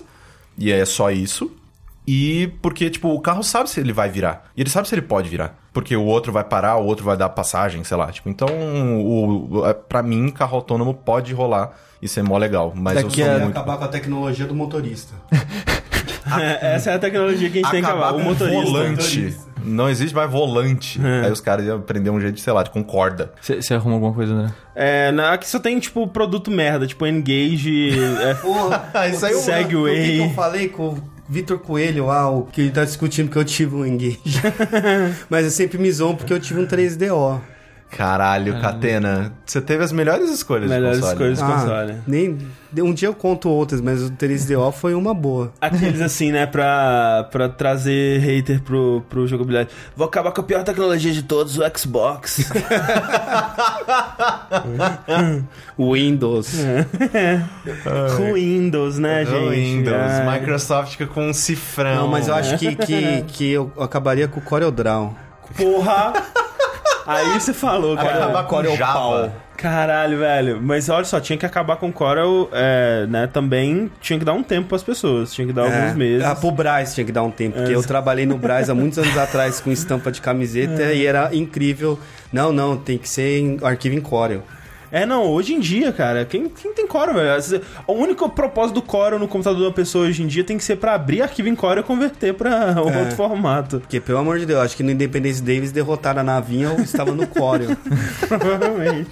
Speaker 1: E aí é só isso. E porque, tipo, o carro sabe se ele vai virar. E ele sabe se ele pode virar. Porque o outro vai parar, o outro vai dar passagem, sei lá. Tipo, então, o, o- é, pra mim, carro autônomo pode rolar. Isso é mó legal. Mas
Speaker 3: Daqui
Speaker 1: eu
Speaker 3: a-
Speaker 1: sou
Speaker 4: Vai
Speaker 1: muito.
Speaker 4: acabar com a tecnologia do motorista.
Speaker 2: [LAUGHS] É, essa é a tecnologia que a gente tem que acabar. O
Speaker 1: com
Speaker 2: motorista.
Speaker 1: volante. Não existe mais volante.
Speaker 2: É.
Speaker 1: Aí os caras iam aprender um jeito, sei lá, com corda.
Speaker 3: Você arruma alguma coisa, né? André?
Speaker 2: É, na, aqui só tem, tipo, produto merda,
Speaker 1: [LAUGHS]
Speaker 2: tipo, Engage. é,
Speaker 4: Porra,
Speaker 1: Isso aí é um-
Speaker 4: segue o
Speaker 2: Segway.
Speaker 4: que eu falei com o Vitor Coelho lá, o que ele tá discutindo que eu tive um Engage. Mas eu sempre me zoam porque eu tive um 3DO.
Speaker 1: Caralho, Catena. Você teve as melhores escolhas
Speaker 2: Melhores
Speaker 1: de console.
Speaker 2: escolhas. Esse console.
Speaker 4: Ah, nem, um dia eu conto outras, mas o 3DO foi uma boa.
Speaker 1: [LAUGHS]
Speaker 2: aqueles assim, né, pra, pra trazer hater pro, pro jogabilidade. Vou acabar com a pior tecnologia de todos, o Xbox.
Speaker 1: [LAUGHS]
Speaker 4: Windows.
Speaker 2: com Windows, né, gente?
Speaker 1: Oh, Windows,
Speaker 2: Ai.
Speaker 1: Microsoft fica com um cifrão. [LAUGHS]
Speaker 4: Não, mas eu acho que, que, que eu acabaria com o Corel Draw.
Speaker 2: Porra! Aí você falou, cara.
Speaker 1: acabar com
Speaker 2: Corel
Speaker 1: Java.
Speaker 2: pau. Caralho, velho. Mas olha só, tinha que acabar com Corel, é, né? Também tinha que dar um tempo pras pessoas. Tinha que dar
Speaker 1: É.
Speaker 2: alguns meses.
Speaker 4: Ah, pro Braz tinha que dar um tempo, porque eu trabalhei no Braz há muitos
Speaker 2: [LAUGHS]
Speaker 4: anos atrás com estampa de camiseta
Speaker 2: É.
Speaker 4: e era incrível. Não, não, tem que ser em arquivo em Corel.
Speaker 2: É, não, hoje em dia, cara, quem, quem tem Corel, velho? Às vezes, O único propósito do Corel no computador de uma pessoa hoje em dia tem que ser pra abrir arquivo em Corel e converter pra
Speaker 1: É.
Speaker 2: [LAUGHS] outro formato. [LAUGHS]
Speaker 4: Porque, pelo amor de Deus, acho que no Independence Davis derrotaram a navinha ou estava no Corel.
Speaker 2: Provavelmente.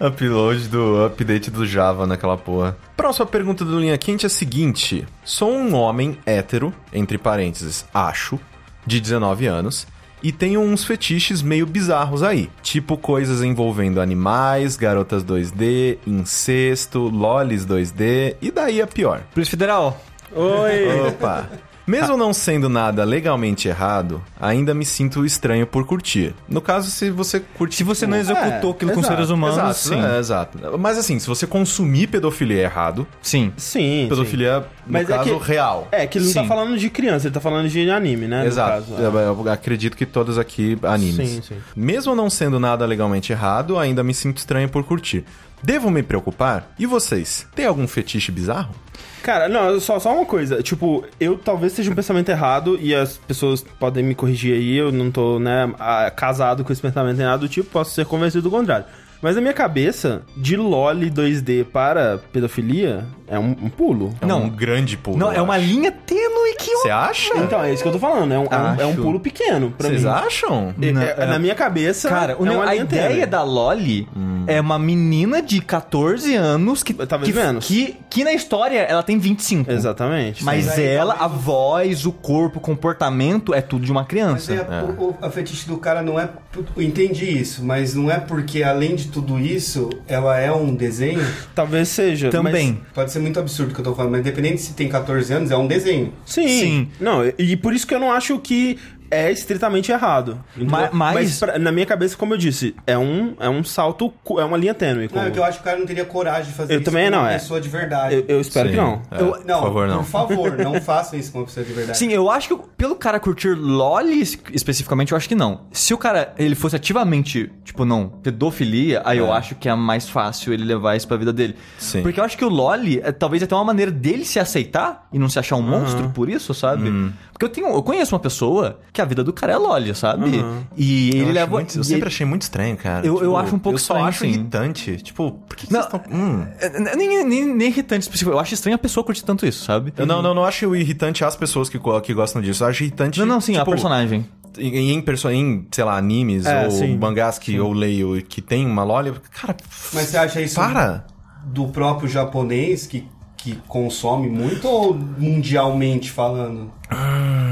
Speaker 1: Upload do update do Java naquela porra. Próxima pergunta do Linha Quente é a seguinte: Sou um homem hétero, entre parênteses, acho, de 19 anos, e tenho uns fetiches meio bizarros aí. Tipo coisas envolvendo animais, garotas 2D, incesto, lolis 2D, e daí a [LAUGHS] pior.
Speaker 3: Polícia Federal.
Speaker 2: Oi!
Speaker 1: Opa! Mesmo não sendo nada legalmente errado, ainda me sinto estranho por curtir. No caso, se você curte.
Speaker 3: Se você não executou aquilo com
Speaker 1: Exato,
Speaker 3: seres humanos,
Speaker 1: exato,
Speaker 3: sim.
Speaker 1: é, exato. Mas assim, se você consumir pedofilia é errado,
Speaker 3: Sim.
Speaker 2: Sim. sim.
Speaker 1: pedofilia, no
Speaker 2: Mas é
Speaker 1: caso,
Speaker 2: que-
Speaker 1: real.
Speaker 2: É, que ele não tá
Speaker 3: Sim. é.
Speaker 2: falando de criança, ele tá falando de anime, né? no
Speaker 1: Exato.
Speaker 2: caso.
Speaker 1: Eu- Eu acredito que todos aqui animes.
Speaker 2: Sim, sim.
Speaker 1: Mesmo não sendo nada legalmente errado, ainda me sinto estranho por curtir. Devo me preocupar? E vocês? Tem algum fetiche bizarro?
Speaker 2: Cara, não, só, só uma coisa. Tipo, eu talvez seja um pensamento errado e as pessoas podem me corrigir aí. Eu não tô, né, a- casado com esse pensamento nem nada do tipo, posso ser convencido do contrário. Mas na minha cabeça, de LOL 2D para pedofilia é um, um pulo.
Speaker 1: É
Speaker 3: Não.
Speaker 1: um grande pulo.
Speaker 3: Não, é
Speaker 1: eu
Speaker 3: uma
Speaker 1: acho.
Speaker 3: linha tênue que eu...
Speaker 1: Você acha?
Speaker 2: Então, é isso que eu tô falando. É um, é um, é um
Speaker 3: Acho.
Speaker 2: pulo pequeno pra
Speaker 1: Vocês
Speaker 2: mim.
Speaker 1: acham?
Speaker 2: É- é-
Speaker 3: Não,
Speaker 2: na minha cabeça,
Speaker 3: Cara, o
Speaker 2: é
Speaker 3: meu-
Speaker 2: uma
Speaker 3: a
Speaker 2: linha
Speaker 3: ideia
Speaker 2: tênue.
Speaker 3: da Loli é uma menina de 14 anos que,
Speaker 2: Talvez
Speaker 3: que,
Speaker 2: menos.
Speaker 3: que que na história ela tem 25.
Speaker 2: Exatamente.
Speaker 3: Mas
Speaker 2: sim.
Speaker 3: ela, a voz, o corpo, o comportamento é tudo de
Speaker 4: [LAUGHS]
Speaker 3: uma
Speaker 4: Mas é,
Speaker 3: criança.
Speaker 4: o, o- a fetiche do cara não é. eu Entendi isso, mas não é porque, além de tudo isso, ela é um desenho.
Speaker 2: talvez seja. mas-
Speaker 3: Também.
Speaker 4: Pode ser muito absurdo o que eu tô falando, mas independente se tem 14 anos, é um desenho.
Speaker 2: Sim.
Speaker 3: Sim.
Speaker 2: Não, e- e por isso que eu não acho que é estritamente errado. entendeu?
Speaker 3: Ma- mas-
Speaker 2: pra- na minha cabeça, como eu disse, é um, é um salto, cu- é uma linha tênue.
Speaker 4: Não,
Speaker 2: como-
Speaker 4: é que eu acho que o cara não teria coragem de fazer
Speaker 2: Eu
Speaker 4: isso
Speaker 2: também
Speaker 4: com uma
Speaker 2: não, é.
Speaker 4: pessoa de verdade.
Speaker 2: eu, eu espero que não.
Speaker 1: É,
Speaker 4: Eu-
Speaker 1: por favor, não.
Speaker 4: Por favor, não façam isso com uma pessoa de verdade.
Speaker 3: Sim, eu acho que pelo cara curtir LOL es- especificamente, eu acho que não. Se o cara ele fosse ativamente, tipo, não, pedofilia, aí eu acho que é mais fácil ele levar isso pra vida dele.
Speaker 1: Sim.
Speaker 3: Porque eu acho que o LOL é, talvez até uma maneira dele se aceitar e não se achar um monstro por isso, sabe?
Speaker 1: Hum.
Speaker 3: Porque eu tenho, eu conheço uma pessoa que a vida do cara é LOL, sabe? E ele
Speaker 1: Eu, acho
Speaker 3: leva.
Speaker 1: muito- eu
Speaker 3: e
Speaker 1: sempre
Speaker 3: ele-
Speaker 1: achei muito estranho, cara. Tipo,
Speaker 3: Eu- eu acho um pouco
Speaker 1: Eu só
Speaker 3: estranho,
Speaker 1: acho
Speaker 3: sim.
Speaker 1: irritante. Tipo, por que, que
Speaker 3: Não.
Speaker 1: vocês estão. Hum.
Speaker 3: É, Nem, nem, nem irritante específico. Eu acho estranho a pessoa curtir tanto isso, sabe?
Speaker 1: Eu não, não, não acho irritante as pessoas que, co- que gostam disso. Eu acho irritante.
Speaker 3: Não, não, sim, a
Speaker 1: tipo,
Speaker 3: personagem.
Speaker 1: Em, em, perso- em, sei lá, animes
Speaker 2: É,
Speaker 1: ou
Speaker 2: sim.
Speaker 1: mangás que eu leio e que tem uma loli. eu- Cara,
Speaker 4: Mas você acha isso
Speaker 1: Para!
Speaker 4: do próprio japonês que, que consome muito ou mundialmente falando?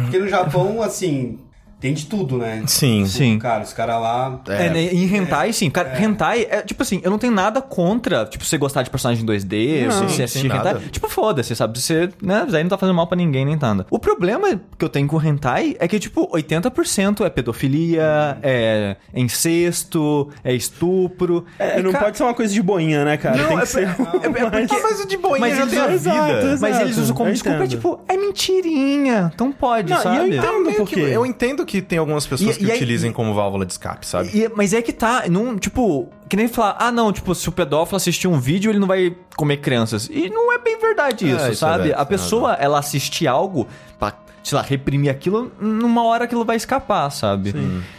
Speaker 4: Porque no Japão, assim, tem de tudo, né?
Speaker 1: Sim.
Speaker 3: Sim.
Speaker 4: Cara, os caras lá.
Speaker 3: É, né, em hentai, sim. Cara, hentai é tipo assim, eu não tenho nada contra, tipo, você gostar de personagem 2D,
Speaker 1: Não,
Speaker 3: você
Speaker 1: sim,
Speaker 3: assistir
Speaker 1: sim,
Speaker 3: hentai.
Speaker 1: nada.
Speaker 3: Tipo, foda-se, sabe? Você, né, isso aí não tá fazendo mal pra ninguém, nem nada. O problema que eu tenho com hentai é que, tipo, 80% é pedofilia, é incesto, é estupro.
Speaker 2: É,
Speaker 3: E,
Speaker 2: não
Speaker 3: cara,
Speaker 2: pode ser uma coisa de boinha, né, cara? Tem que ser.
Speaker 3: é- é porque-
Speaker 1: mas de boinha
Speaker 3: mas
Speaker 1: já
Speaker 3: eles-
Speaker 1: tem a
Speaker 2: Exato,
Speaker 1: vida.
Speaker 2: exato.
Speaker 3: Mas eles usam como
Speaker 2: eu
Speaker 3: desculpa, é
Speaker 2: entendo.
Speaker 3: tipo, é mentirinha, então pode,
Speaker 2: Não, e eu
Speaker 3: sabe?
Speaker 2: entendo
Speaker 1: Meio que-
Speaker 2: por quê?
Speaker 1: Eu entendo que tem algumas pessoas
Speaker 3: E-
Speaker 1: que
Speaker 3: e aí-
Speaker 1: utilizem como válvula de escape, sabe?
Speaker 3: E- mas é que tá, não, tipo, que nem falar, ah não, tipo, se o pedófilo assistir um vídeo, ele não vai comer crianças. E não é bem verdade isso,
Speaker 1: É, isso é
Speaker 3: sabe?
Speaker 1: verdade,
Speaker 3: a
Speaker 1: tem
Speaker 3: pessoa, ela assistir algo pra, sei lá, reprimir aquilo, numa hora aquilo vai escapar, sabe?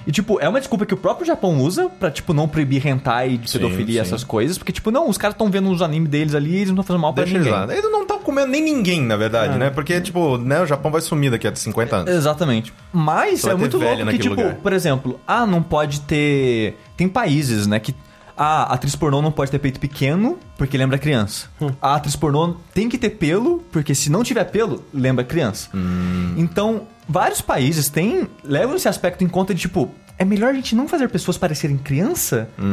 Speaker 3: E tipo, é uma desculpa que o próprio Japão usa pra, tipo, não proibir hentai, de
Speaker 1: Sim,
Speaker 3: pedofilia,
Speaker 1: sim.
Speaker 3: essas coisas, porque tipo, não, os caras tão vendo os animes deles ali, eles não estão fazendo mal pra
Speaker 1: Deixa eles
Speaker 3: ninguém.
Speaker 1: lá. Eles não estão comendo nem ninguém, na
Speaker 2: É.
Speaker 1: verdade, né? Porque, tipo, né, o Japão vai sumir daqui a 50
Speaker 3: É.
Speaker 1: anos.
Speaker 3: Exatamente. Mas
Speaker 1: Só vai
Speaker 3: é
Speaker 1: ter
Speaker 3: muito
Speaker 1: velho
Speaker 3: louco que,
Speaker 1: naquele
Speaker 3: tipo,
Speaker 1: lugar.
Speaker 3: por exemplo, ah, não pode ter. Tem países, né, que. A atriz pornô não pode ter peito pequeno porque lembra criança. A atriz pornô tem que ter pelo porque se não tiver pelo, lembra criança.
Speaker 1: Hum.
Speaker 3: Então, vários países têm levam esse aspecto em conta de tipo, é melhor a gente não fazer pessoas parecerem criança
Speaker 4: Pra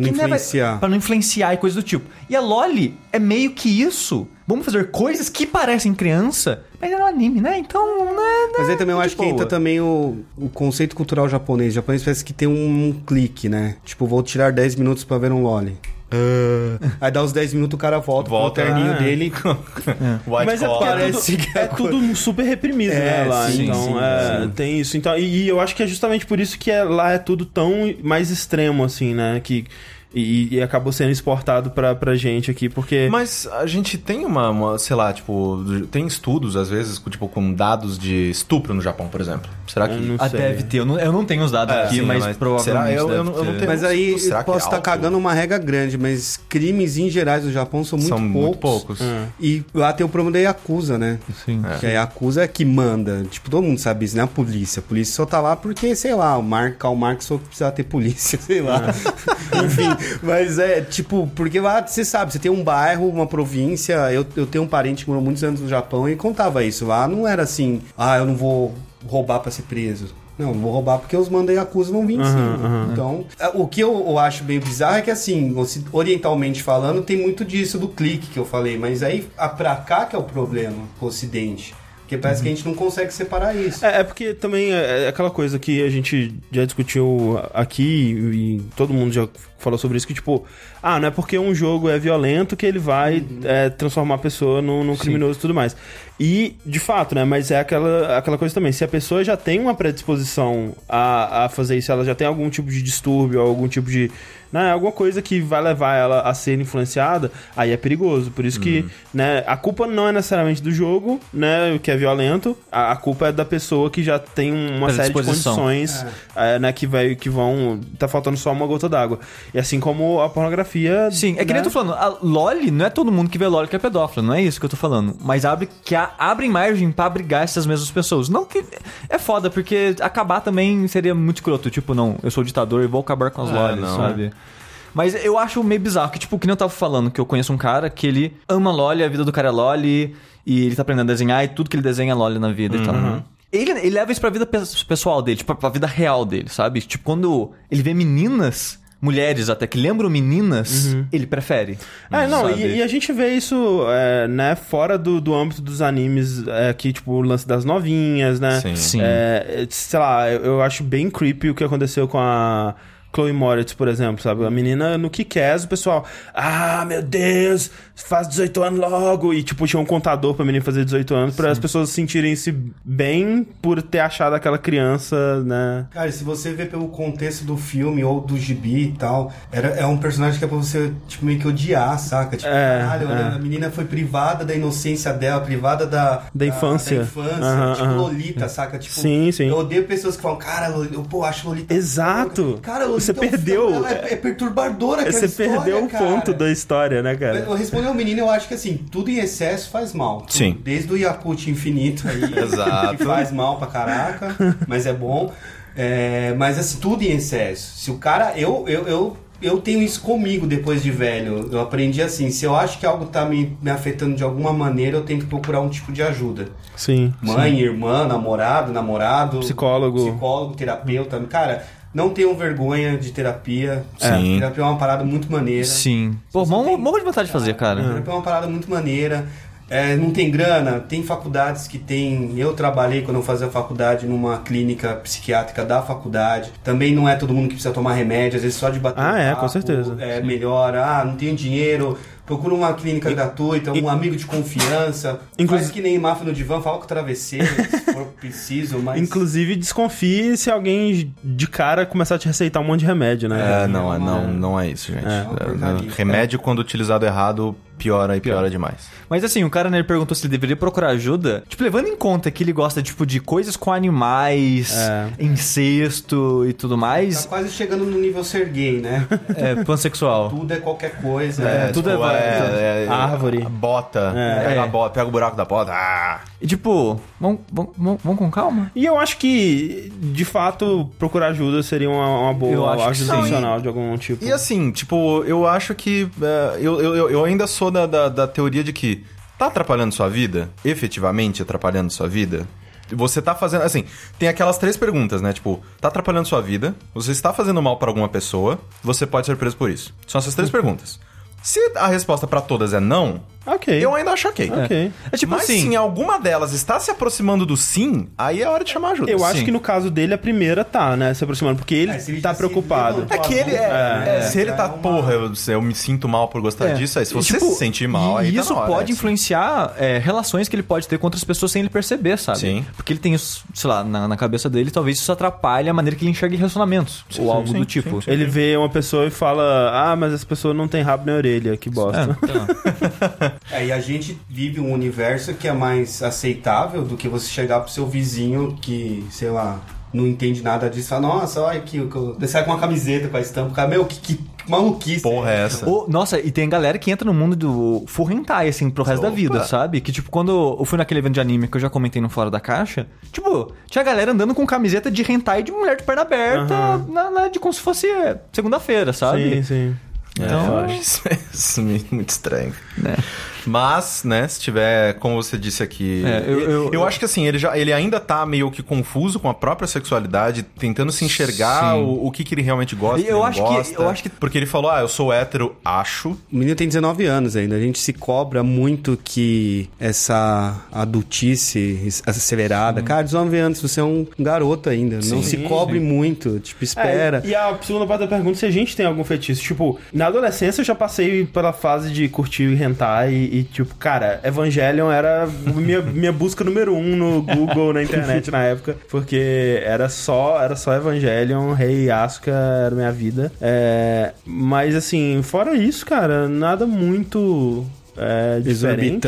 Speaker 4: não
Speaker 3: que, né, vai-
Speaker 4: influenciar.
Speaker 3: Pra não influenciar e coisa do tipo. E a Loli é meio que isso. Vamos fazer coisas que parecem criança, mas é um anime, né? Então, né?
Speaker 4: Mas
Speaker 3: né,
Speaker 4: aí também eu
Speaker 3: de
Speaker 4: acho que
Speaker 3: boa.
Speaker 4: entra também o, o conceito cultural japonês. O japonês parece que tem um, clique, né? Tipo, vou tirar 10 minutos pra ver um loli. Ah. Aí dá uns 10 minutos, o cara volta,
Speaker 1: Volta,
Speaker 4: volta o terninho
Speaker 2: ah, é.
Speaker 4: dele.
Speaker 1: White
Speaker 2: Mas é porque
Speaker 1: collar.
Speaker 2: é tudo,
Speaker 4: Parece que
Speaker 2: é
Speaker 4: é
Speaker 2: tudo super reprimido, né,
Speaker 4: É,
Speaker 2: lá.
Speaker 4: sim,
Speaker 2: então,
Speaker 4: sim,
Speaker 2: é,
Speaker 4: sim.
Speaker 2: tem isso. Então, e, e eu acho que é justamente por isso que é- lá é tudo tão mais extremo, assim, né? Que, e, e acabou sendo exportado pra, pra gente aqui, porque...
Speaker 1: Mas a gente tem uma, uma, sei lá, tipo, tem estudos, às vezes, com, tipo, com dados de estupro no Japão, por exemplo. Será que.
Speaker 2: Eu não
Speaker 3: Ah,
Speaker 2: sei.
Speaker 3: deve ter. Eu não, eu não tenho os dados
Speaker 1: É,
Speaker 3: aqui,
Speaker 1: sim,
Speaker 3: mas,
Speaker 1: mas será?
Speaker 3: provavelmente.
Speaker 1: Eu-
Speaker 3: deve
Speaker 1: eu não- eu não
Speaker 3: ter.
Speaker 1: tenho-
Speaker 4: Mas aí eu
Speaker 1: Será que
Speaker 4: posso
Speaker 1: é
Speaker 4: estar
Speaker 1: alto?
Speaker 4: cagando uma regra grande, mas crimes em gerais no Japão são Hum, muito
Speaker 1: são
Speaker 4: poucos. É.
Speaker 1: muito poucos.
Speaker 4: E lá tem o problema da Yakuza, né?
Speaker 3: Sim.
Speaker 1: É.
Speaker 4: Que a Yakuza é que manda. Tipo, todo mundo sabe isso, né? A polícia. A polícia só tá lá porque, sei lá, o Mar Karl Marx só precisava ter polícia, [LAUGHS] sei lá.
Speaker 1: É.
Speaker 4: [LAUGHS] Enfim, mas é, tipo, porque lá, você sabe, você tem um bairro, uma província. Eu, eu tenho um parente que morou muitos anos no Japão e contava isso. Lá não era assim, ah, eu não vou roubar pra ser preso. Não, eu vou roubar porque os manda Yakuza vão vir em cima. Então, é, o que eu, eu acho meio bizarro é que, assim, oci- orientalmente falando, tem muito disso do clique que eu falei. Mas aí, a pra cá que é o problema, o ocidente. Porque parece que a gente não consegue separar isso.
Speaker 2: É, é porque também é é aquela coisa que a gente já discutiu aqui e todo mundo já falou sobre isso, que tipo, ah, não é porque um jogo é violento que ele vai é, transformar a pessoa num, num criminoso e tudo mais. E, de fato, né, mas é aquela, aquela coisa também, se a pessoa já tem uma predisposição a, a fazer isso, ela já tem algum tipo de distúrbio, algum tipo de... Né, alguma coisa que vai levar ela a ser influenciada, aí é perigoso. Por isso
Speaker 3: Uhum.
Speaker 2: que, né, a culpa não é necessariamente do jogo, né, o que é violento, a, a culpa é da pessoa que já tem um, uma série de
Speaker 3: Predisposição.
Speaker 2: condições, eh, né, que vai que vão tá faltando só uma gota d'água. E assim como a pornografia,
Speaker 3: Sim, é que nem
Speaker 2: né?
Speaker 3: eu tô falando, a Loli não é todo mundo que vê Loli que é pedófilo, não é isso que eu tô falando. Mas abre que a, abre margem pra abrigar essas mesmas pessoas. Não que. É foda, porque acabar também seria muito escroto. Tipo, não, eu sou ditador e vou acabar com as
Speaker 1: É,
Speaker 3: Lolis,
Speaker 1: não.
Speaker 3: sabe? Mas eu acho meio bizarro que, tipo, que nem eu tava falando, que eu conheço um cara que ele ama Loli, a vida do cara é Loli, e ele tá aprendendo a desenhar, e tudo que ele desenha é Loli na vida e tal.
Speaker 2: Uhum.
Speaker 3: Ele, ele leva isso pra vida pe- pessoal dele, tipo, pra vida real dele, sabe? Tipo, quando ele vê meninas, mulheres até, que lembram meninas, ele prefere.
Speaker 2: Uhum. É, não,
Speaker 3: sabe?
Speaker 2: e, e a gente vê isso, é, né, fora do, do âmbito dos animes, é, que, tipo, o lance das novinhas, né?
Speaker 1: Sim.
Speaker 3: Sim.
Speaker 2: É, é, sei lá, eu, eu acho bem creepy o que aconteceu com a Chloe Moritz, por exemplo, sabe? A menina no Kikaz, o pessoal, ah, meu Deus, faz 18 anos logo. E, tipo, tinha um contador pra menina fazer 18 anos, pra as pessoas sentirem-se bem por ter achado aquela criança, né?
Speaker 4: Cara, se você vê pelo contexto do filme ou do gibi e tal, era, é um personagem que é pra você tipo, meio que odiar, saca? Tipo,
Speaker 2: É,
Speaker 4: caralho,
Speaker 2: é.
Speaker 4: a menina foi privada da inocência dela, privada da,
Speaker 2: Da infância.
Speaker 4: da infância,
Speaker 2: Aham,
Speaker 4: tipo
Speaker 2: aham.
Speaker 4: Lolita, saca? Tipo,
Speaker 2: Sim, sim.
Speaker 4: Eu odeio pessoas que falam, cara, Loli- eu pô, acho Lolita.
Speaker 2: Exato.
Speaker 4: Cara, Lolita
Speaker 2: Você
Speaker 4: é um filme,
Speaker 2: perdeu.
Speaker 4: ela É, é perturbadora, aquela
Speaker 2: Você
Speaker 4: história,
Speaker 2: perdeu o
Speaker 4: cara.
Speaker 2: ponto da história, né, cara?
Speaker 4: Eu respondi ao menino, eu acho que assim, tudo em excesso faz mal. Tudo.
Speaker 1: Sim.
Speaker 4: Desde o Yakut infinito aí.
Speaker 1: Exato.
Speaker 4: Que faz mal pra caraca, mas é bom. É, mas assim, tudo em excesso. Se o cara. Eu, eu, eu, eu tenho isso comigo depois de velho. Eu aprendi assim, se eu acho que algo tá me, me afetando de alguma maneira, eu tento procurar um tipo de ajuda.
Speaker 2: Sim.
Speaker 4: Mãe, irmã, namorado, namorado.
Speaker 2: Psicólogo.
Speaker 4: Psicólogo, terapeuta. Cara, não tenham vergonha de terapia.
Speaker 1: Sim.
Speaker 4: Terapia é uma parada muito maneira.
Speaker 2: é-
Speaker 3: Sim. Pô,
Speaker 4: Você
Speaker 3: mó
Speaker 4: tem-
Speaker 3: morro de vontade de fazer,
Speaker 2: Uhum.
Speaker 3: cara.
Speaker 2: Ah.
Speaker 4: É uma parada muito maneira. É, não tem grana, tem faculdades que tem. Eu trabalhei quando eu fazia faculdade numa clínica psiquiátrica da faculdade. Também não é todo mundo que precisa tomar remédio, às vezes só de bater.
Speaker 2: Ah,
Speaker 4: um
Speaker 2: é,
Speaker 4: papo,
Speaker 2: com certeza.
Speaker 4: É, melhora, ah, não tenho dinheiro. Procura uma clínica gratuita, um amigo de confiança.
Speaker 2: Inclusive-
Speaker 4: Faz que nem máfia no divã, fala com o travesseiro, se for preciso, mas.
Speaker 2: [LAUGHS] Inclusive, desconfie se alguém de cara começar a te receitar um monte de remédio, né?
Speaker 1: É, não, é, não, não é isso, gente. É, remédio, quando utilizado errado, piora e piora demais.
Speaker 3: Mas assim, o cara né, ele perguntou se ele deveria procurar ajuda. Tipo, levando em conta que ele gosta, tipo, de coisas com animais,
Speaker 2: É.
Speaker 3: incesto e tudo
Speaker 4: Tá
Speaker 3: mais.
Speaker 4: quase chegando no nível ser
Speaker 2: [LAUGHS]
Speaker 4: gay, né?
Speaker 3: É, pansexual.
Speaker 4: Tudo é qualquer coisa.
Speaker 3: É,
Speaker 1: tipo,
Speaker 3: tudo é válido.
Speaker 2: Árvore.
Speaker 1: Bota.
Speaker 2: É.
Speaker 1: Pega, a
Speaker 3: É.
Speaker 1: bota, pega o buraco da bota. Ah!
Speaker 3: E tipo, vamos vamos- vamos- vamos com calma?
Speaker 2: E eu acho que, de fato, procurar ajuda seria uma, uma boa
Speaker 3: Eu acho que
Speaker 2: ajuda
Speaker 1: sim.
Speaker 2: emocional de algum tipo.
Speaker 1: E assim, tipo, eu acho que. é, eu, eu, eu- eu ainda sou da, da, da teoria de que tá atrapalhando sua vida? Efetivamente atrapalhando sua vida? Você tá fazendo. Assim, tem aquelas três perguntas, né? Tipo, tá atrapalhando sua vida? Você está fazendo mal pra alguma
Speaker 2: [LAUGHS]
Speaker 1: pessoa? Você pode ser preso por isso. São essas três perguntas. Se a resposta pra todas é não,
Speaker 2: Ok.
Speaker 1: Eu ainda acho ok.
Speaker 2: Ok.
Speaker 3: É tipo
Speaker 1: Mas
Speaker 3: assim,
Speaker 1: se alguma delas está se aproximando do sim, aí é hora de chamar ajuda.
Speaker 2: Eu acho
Speaker 3: Sim.
Speaker 2: que no caso dele a primeira tá, né? Se aproximando, porque ele,
Speaker 4: É, se ele
Speaker 2: tá
Speaker 4: já se
Speaker 2: preocupado.
Speaker 4: levantou.
Speaker 1: É que ele é.
Speaker 2: É,
Speaker 1: é, se ele
Speaker 4: já
Speaker 1: tá,
Speaker 4: é uma-
Speaker 1: porra, eu, eu me sinto mal por gostar disso, aí se
Speaker 3: e,
Speaker 1: você
Speaker 3: tipo,
Speaker 1: se sentir mal,
Speaker 3: e
Speaker 1: aí tá
Speaker 3: isso
Speaker 1: na hora,
Speaker 3: pode
Speaker 1: assim.
Speaker 3: influenciar é, relações que ele pode ter com outras pessoas sem ele perceber, sabe?
Speaker 1: Sim.
Speaker 3: Porque ele tem, isso, sei lá, na, na cabeça dele, talvez isso atrapalhe a maneira que ele enxerga relacionamentos ou algo
Speaker 1: sim,
Speaker 3: do tipo.
Speaker 2: Ele vê uma pessoa e fala: Ah, mas essa pessoa não tem rabo nem orelha, que
Speaker 3: é.
Speaker 2: bosta.
Speaker 4: Aí a gente vive um universo que é mais aceitável do que você chegar pro seu vizinho que, sei lá, não entende nada disso e falar, nossa, olha aqui, o que eu-" Ele sai com uma camiseta com a estampa, o cara, meu, que, que maluquice.
Speaker 1: Porra, é essa.
Speaker 3: Ou- nossa, e tem galera que entra no mundo do full hentai, assim, pro resto da vida, sabe? Que, tipo, quando eu fui naquele evento de anime que eu já comentei no Fora da Caixa, tipo, tinha galera andando com camiseta de hentai de mulher de perna aberta, na, na- de como se fosse é, segunda-feira, sabe?
Speaker 2: Sim, sim. É,
Speaker 1: Então, eu acho isso, [LAUGHS] isso me- muito estranho.
Speaker 3: Né?
Speaker 1: Mas, né, se tiver, como você disse aqui.
Speaker 3: É, eu- eu-
Speaker 1: eu acho que assim, ele, já, ele ainda tá meio que confuso com a própria sexualidade, tentando se enxergar
Speaker 3: Sim.
Speaker 1: o, o que, que ele realmente gosta.
Speaker 3: E
Speaker 1: que
Speaker 3: eu
Speaker 1: ele
Speaker 3: acho
Speaker 1: não
Speaker 3: que-
Speaker 1: gosta.
Speaker 3: eu acho que-
Speaker 1: Porque ele falou, ah, eu sou hétero, acho.
Speaker 4: O menino tem 19 anos ainda. A gente se cobra muito que essa adultice acelerada. Cara, 19 anos, você é um garoto ainda. não se cobre muito. Tipo, espera.
Speaker 2: É, e a segunda parte da pergunta é se a gente tem algum fetiche. Tipo, na adolescência eu já passei pela fase de curtir hentai e, e, tipo, cara, Evangelion era minha, [LAUGHS] minha busca número um no Google, na internet na época, porque era só, era só Evangelion, Rei Asuka era minha vida. É, mas assim, fora isso, cara, nada muito. É, diferente,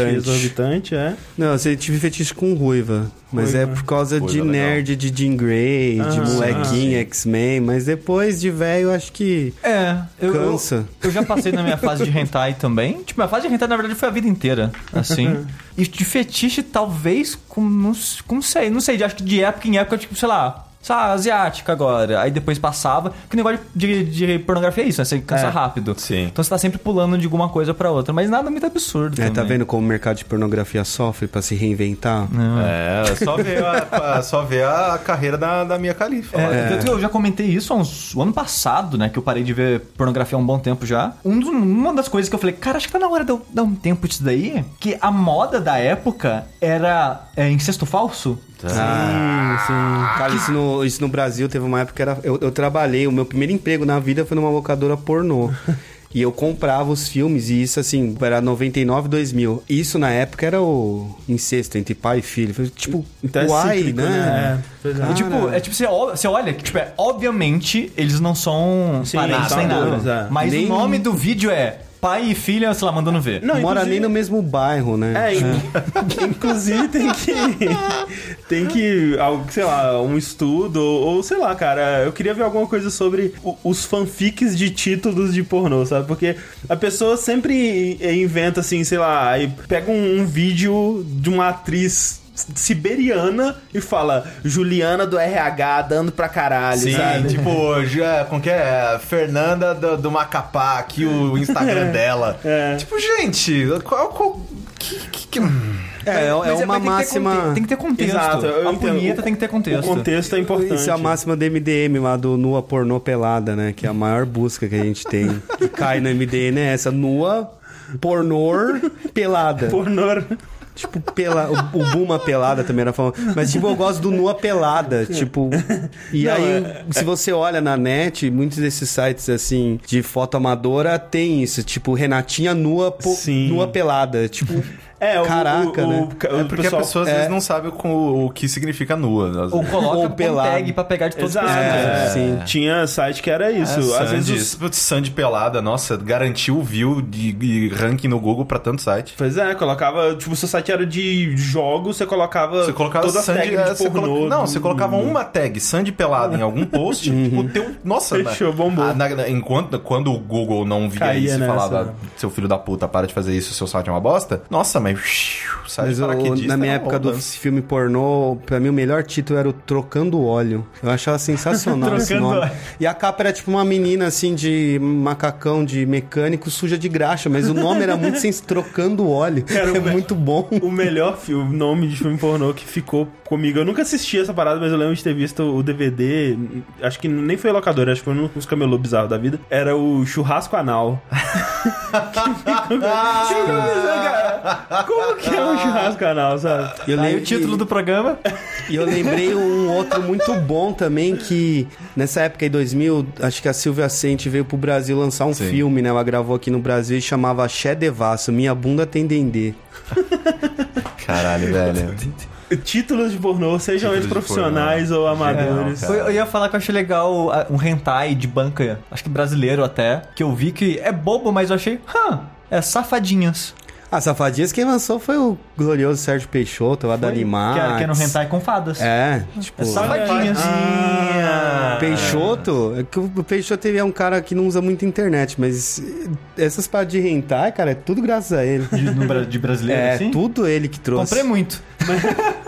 Speaker 4: Exorbitante.
Speaker 2: exorbitante, é.
Speaker 4: Não, você tive fetiche com ruiva. Mas
Speaker 2: Ruiva.
Speaker 4: é por causa de
Speaker 1: Ruiva, legal.
Speaker 4: nerd, de Jean Grey, de
Speaker 2: Ah,
Speaker 4: molequinha,
Speaker 2: sim.
Speaker 4: X-Men. Mas depois de velho, acho que
Speaker 3: É, eu, eu,
Speaker 4: cansa.
Speaker 3: eu já passei na minha fase de hentai também. Tipo, minha fase de hentai, na verdade, foi a vida inteira, assim. E de fetiche, talvez, com, não, s- com- não sei, não sei, de- acho que de época em época, tipo, sei lá, sei lá, asiática agora. Aí depois passava, que o negócio de, de pornografia é isso, né? Você cansa
Speaker 2: É,
Speaker 3: rápido.
Speaker 1: sim.
Speaker 3: Então você tá sempre pulando de alguma coisa pra outra, mas nada muito absurdo
Speaker 4: É, tá
Speaker 3: também.
Speaker 4: vendo como o mercado de pornografia sofre pra se reinventar?
Speaker 3: Ah.
Speaker 1: É, só ver a, [LAUGHS] só ver a carreira da, da minha califa. lá.
Speaker 3: É, tanto que Eu já comentei isso há uns, o ano passado, né? Que eu parei de ver pornografia há um bom tempo já. Um dos- uma das coisas que eu falei, cara, acho que tá na hora de eu dar um tempo disso daí. Que a moda da época era é, incesto falso.
Speaker 4: Ah. Cara, isso no, isso no Brasil teve uma época que era. Eu, eu trabalhei, o meu primeiro emprego na vida foi numa
Speaker 2: [LAUGHS]
Speaker 4: locadora pornô. E eu comprava os filmes, e isso assim, era 99, 2000. Isso na época era o incesto entre pai e filho. Foi, Tipo,
Speaker 2: Então é
Speaker 4: uai,
Speaker 2: cíclico,
Speaker 4: né?
Speaker 2: né? É, pois é.
Speaker 4: Cara,
Speaker 3: E, tipo, é tipo, você, ó- você olha, que, tipo, é, obviamente eles não são
Speaker 2: Sim,
Speaker 3: parentes
Speaker 2: são
Speaker 3: nem
Speaker 2: atores,
Speaker 3: nada.
Speaker 2: é.
Speaker 3: Mas
Speaker 4: Nem-
Speaker 3: o nome do vídeo é Pai e Filha, sei lá, mandando ver.
Speaker 2: Não,
Speaker 4: mora
Speaker 2: inclusive-
Speaker 4: nem no mesmo bairro, né?
Speaker 2: É, in- [LAUGHS] inclusive tem que. Tem que. algo, Sei lá, um estudo, ou, ou sei lá, cara. Eu queria ver alguma coisa sobre o- os fanfics de títulos de pornô, sabe? Porque a pessoa sempre i- inventa assim, sei lá, aí pega um, um vídeo de uma atriz. Siberiana e fala Juliana do RH dando pra caralho,
Speaker 1: Sim,
Speaker 2: sabe?
Speaker 1: tipo, já, como que é? Fernanda do, do Macapá, aqui o Instagram dela. Tipo, gente, qual. qual que, que- hum. que-
Speaker 4: É, é,
Speaker 3: Mas
Speaker 4: uma
Speaker 3: mas tem que ter
Speaker 4: máxima.
Speaker 3: conte- Tem que ter contexto.
Speaker 2: Exato, eu
Speaker 3: a
Speaker 2: entendo.
Speaker 3: punheta
Speaker 2: O-
Speaker 3: tem que ter
Speaker 2: O
Speaker 3: contexto.
Speaker 2: contexto é importante.
Speaker 4: Isso é a máxima do MDM lá do Nua Pornô Pelada, né? Que é a maior busca que a gente tem. Que cai no MDM é essa Nua Pornor Pelada.
Speaker 2: Pornô.
Speaker 4: Tipo, pela, o, o Buma pelada também era famoso. Mas, tipo, eu gosto do Nua pelada. Tipo. E
Speaker 2: Não,
Speaker 4: aí,
Speaker 3: é-
Speaker 4: se você olha na net, muitos desses sites, assim, de foto amadora, tem isso. Tipo, Renatinha nua, po-
Speaker 2: Sim.
Speaker 4: nua pelada. Tipo.
Speaker 2: É, o,
Speaker 4: Caraca,
Speaker 2: o, o,
Speaker 4: né?
Speaker 2: o
Speaker 1: É porque
Speaker 2: pessoal-
Speaker 1: a pessoa às vezes não sabe com o, o que significa nua. Às
Speaker 3: Ou
Speaker 1: vezes.
Speaker 3: coloca
Speaker 4: Ou
Speaker 3: ou
Speaker 4: pelado.
Speaker 3: tag pra pegar de todos os
Speaker 2: Exato.
Speaker 3: personagens.
Speaker 2: é.
Speaker 4: Sim.
Speaker 2: Tinha site que era
Speaker 1: É,
Speaker 2: isso. Às
Speaker 1: Sandy,
Speaker 2: vezes os-
Speaker 1: putz, Sandy pelada, nossa, garantiu view de, e ranking no Google pra tanto site.
Speaker 2: Pois é, colocava, tipo, seu site era de jogos, você colocava,
Speaker 1: Você colocava
Speaker 2: todas as
Speaker 1: Sandy. é,
Speaker 2: tags
Speaker 1: você
Speaker 2: de pornô.
Speaker 1: coloca- Não, você colocava uma tag, Sandy pelada, em algum post, tipo, teu. Nossa,
Speaker 2: Fechou, bombou.
Speaker 1: Ah, na- na- enquanto, quando o Google não via
Speaker 2: Caía
Speaker 1: isso e
Speaker 2: nessa, né?
Speaker 1: falava, seu filho da puta, para de fazer isso, seu site é uma bosta. Nossa, mas. shiu, Sai
Speaker 4: Mas
Speaker 1: de
Speaker 4: eu-
Speaker 1: paraquedista.
Speaker 4: na minha
Speaker 1: era um
Speaker 4: época do
Speaker 1: lance.
Speaker 4: filme pornô, pra mim o melhor título era o Trocando Óleo. Eu achava [LAUGHS] sensacional esse
Speaker 2: Trocando
Speaker 4: nome.
Speaker 2: óleo.
Speaker 4: E a capa era tipo uma menina assim de macacão, de mecânico, suja de graxa, mas o nome era muito sem [LAUGHS] Trocando Óleo.
Speaker 2: Era
Speaker 4: é
Speaker 2: um-
Speaker 4: muito bom.
Speaker 2: O melhor filme, nome de filme pornô que ficou comigo. Eu nunca assisti essa parada, mas eu lembro de ter visto o DVD. Acho que nem foi locador, acho que foi nos camelô bizarro da [LAUGHS]
Speaker 1: Ah!
Speaker 2: vida. Era o Churrasco Anal. Que ficou- Churrasco, cara. Como que é um churrasco anal, sabe?
Speaker 4: Eu
Speaker 3: Aí
Speaker 4: lembro
Speaker 3: o título do programa.
Speaker 4: E eu lembrei um outro muito bom também, que nessa época em 2000, acho que a Silvia Sente veio pro Brasil lançar um filme, né? Ela gravou aqui no Brasil e chamava Xé Devasso, Minha Bunda Tem Dendê.
Speaker 1: Caralho, velho.
Speaker 2: Títulos de pornô, sejam
Speaker 1: Títulos
Speaker 2: eles
Speaker 1: de
Speaker 2: profissionais
Speaker 1: pornô. [LAUGHS]
Speaker 2: ou amadores.
Speaker 1: Genial,
Speaker 3: Foi- eu ia falar que eu achei legal ah, um hentai de banca, acho que brasileiro até, que eu vi que é bobo, mas eu achei, hã, é safadinhas.
Speaker 4: Ah, Safadinhas quem lançou foi o glorioso Sérgio Peixoto, o Adalimar.
Speaker 3: Que era, que era um hentai com fadas.
Speaker 4: É, tipo...
Speaker 3: É safadinhas.
Speaker 2: Ah,
Speaker 4: Peixoto, é que o Peixoto ele é um cara que não usa muito internet, mas essas paradas de rentar, cara, é tudo graças a ele.
Speaker 3: De, no Bra- de brasileiro,
Speaker 4: É,
Speaker 3: assim?
Speaker 4: tudo ele que trouxe.
Speaker 3: Comprei muito.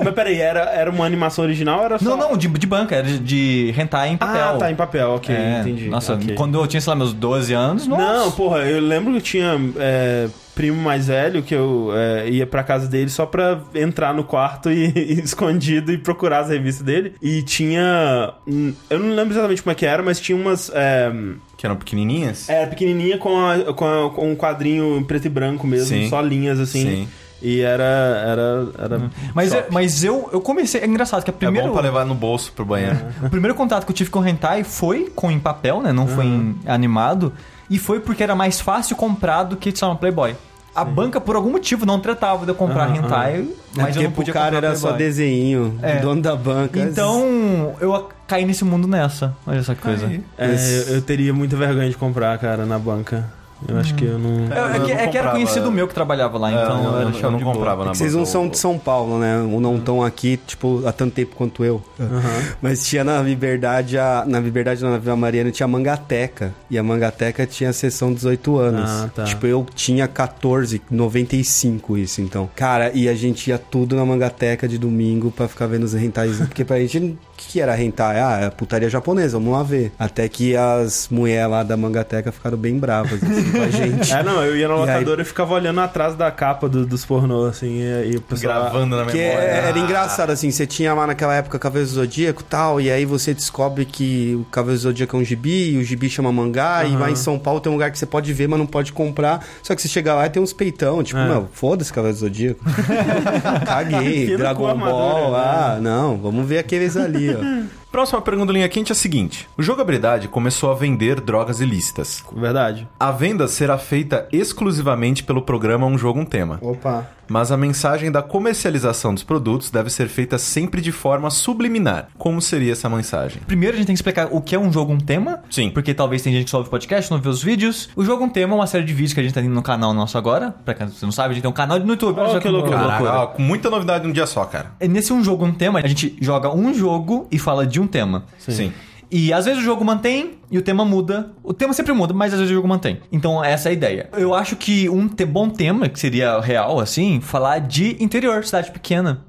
Speaker 2: Mas peraí, era, era uma animação original ou era Tá só...
Speaker 3: Não, não, de, de banca, era de, de hentai em papel.
Speaker 2: Ah, tá, em papel, ok,
Speaker 3: É,
Speaker 2: entendi.
Speaker 3: Nossa,
Speaker 2: Ok.
Speaker 3: quando eu tinha, sei lá, meus 12 anos, nossa.
Speaker 2: Não, porra, eu lembro que eu tinha é, primo mais velho que eu é, ia pra casa dele só pra entrar no quarto e, [LAUGHS] e escondido e procurar as revistas dele. E tinha. hum, Eu não lembro exatamente como é que era, mas tinha umas. É,
Speaker 1: Que eram pequenininhas? É
Speaker 2: era pequenininha com, a- com, a- com um quadrinho em preto e branco mesmo,
Speaker 1: Sim.
Speaker 2: só linhas assim.
Speaker 1: Sim. Uhum.
Speaker 2: E era. era, era
Speaker 3: Mas,
Speaker 2: só.
Speaker 3: eu, mas eu, eu comecei. É engraçado que a
Speaker 1: É
Speaker 3: primeira,
Speaker 1: bom pra levar no bolso pro banheiro.
Speaker 3: o primeiro contato que eu tive com o Hentai foi com em papel, né? Não foi em animado. E foi porque era mais fácil comprar do que sei lá, um Playboy. A banca, por algum motivo, não tratava de eu comprar
Speaker 2: Aham,
Speaker 3: Hentai,
Speaker 4: É
Speaker 3: mas
Speaker 4: porque
Speaker 3: eu
Speaker 4: pro
Speaker 3: não podia
Speaker 4: cara
Speaker 3: comprar
Speaker 4: era só
Speaker 3: Playboy.
Speaker 4: desenho,
Speaker 3: É.
Speaker 4: do dono da banca.
Speaker 3: Então, eu a- caí nesse mundo nessa. Olha essa coisa.
Speaker 2: É, eu, eu teria muita vergonha de comprar, cara, na banca. Eu acho que eu não.
Speaker 3: É, é
Speaker 1: Eu
Speaker 3: que,
Speaker 1: não
Speaker 3: é que era
Speaker 1: comprava.
Speaker 3: conhecido meu que trabalhava lá,
Speaker 1: É,
Speaker 3: então
Speaker 1: eu,
Speaker 3: era
Speaker 1: eu,
Speaker 3: chave
Speaker 1: não
Speaker 3: de boa.
Speaker 1: comprava na
Speaker 4: É que vocês
Speaker 1: banca. Hum.
Speaker 4: não são de São Paulo, né? Ou não estão aqui, tipo, há tanto tempo quanto eu.
Speaker 1: É.
Speaker 4: Mas tinha na Liberdade, a, na Liberdade, não, na Vila Mariana, tinha a Mangateca. E a Mangateca tinha a sessão 18 anos.
Speaker 2: Ah, tá.
Speaker 4: Tipo, eu tinha 14, 95 isso, então. Cara, e a gente ia tudo na Mangateca de domingo pra ficar vendo
Speaker 2: [LAUGHS]
Speaker 4: os rentais. porque pra gente, o que que era rentar? Ah, é putaria japonesa, vamos lá ver. Até que as mulheres lá da Mangateca ficaram bem bravas,
Speaker 2: [LAUGHS]
Speaker 4: assim, com a gente.
Speaker 2: É, não, eu ia na
Speaker 4: [LAUGHS] E aí-
Speaker 2: locadora e, ficava olhando atrás da capa do- dos pornô, assim, e, e o pessoal...
Speaker 1: Gravando na
Speaker 4: Porque
Speaker 1: memória.
Speaker 4: é- era engraçado, assim, você tinha lá naquela época Cavaleiro do Zodíaco e tal, e aí você descobre que o Cavaleiro do Zodíaco é um gibi, e o gibi chama mangá, e lá em São Paulo tem um lugar que você pode ver, mas não pode comprar. Só que você chega lá e tem uns peitão, tipo, meu, foda-se Cavaleiro
Speaker 2: [LAUGHS]
Speaker 4: do Zodíaco.
Speaker 2: É. Enfia
Speaker 4: Caguei,
Speaker 2: no cu a
Speaker 4: Dragon
Speaker 2: armadura,
Speaker 4: Ball,
Speaker 2: né?
Speaker 4: ah, não, vamos ver aqueles ali, ó.
Speaker 1: Próxima pergunta do linha quente é a seguinte: o jogabilidade começou a vender drogas ilícitas.
Speaker 2: Verdade.
Speaker 1: A venda será feita exclusivamente pelo programa Um Jogo Um Tema,
Speaker 4: Opa.
Speaker 2: [LAUGHS]
Speaker 1: mas a mensagem da comercialização dos produtos deve ser feita sempre de forma subliminar. Como seria essa mensagem?
Speaker 3: Primeiro a gente tem que explicar o que é um jogo, um tema.
Speaker 1: Sim.
Speaker 3: Porque talvez tem gente que só ouve podcast, não vê os vídeos. O jogo, um tema é uma série de vídeos que a gente tá tendo no canal nosso agora. Pra quem não sabe, a gente tem um canal no YouTube.
Speaker 2: Olha
Speaker 3: só
Speaker 2: que loucura.
Speaker 1: Caraca, ó, com muita novidade num dia só, cara.
Speaker 3: É Nesse um jogo, um tema, a gente joga um jogo e fala de um tema.
Speaker 1: Sim.
Speaker 3: E às vezes o jogo mantém e o tema muda. O tema sempre muda, mas às vezes o jogo mantém. Então essa é a ideia. Eu acho que um te- bom tema, que seria real, assim, falar de interior, cidade pequena.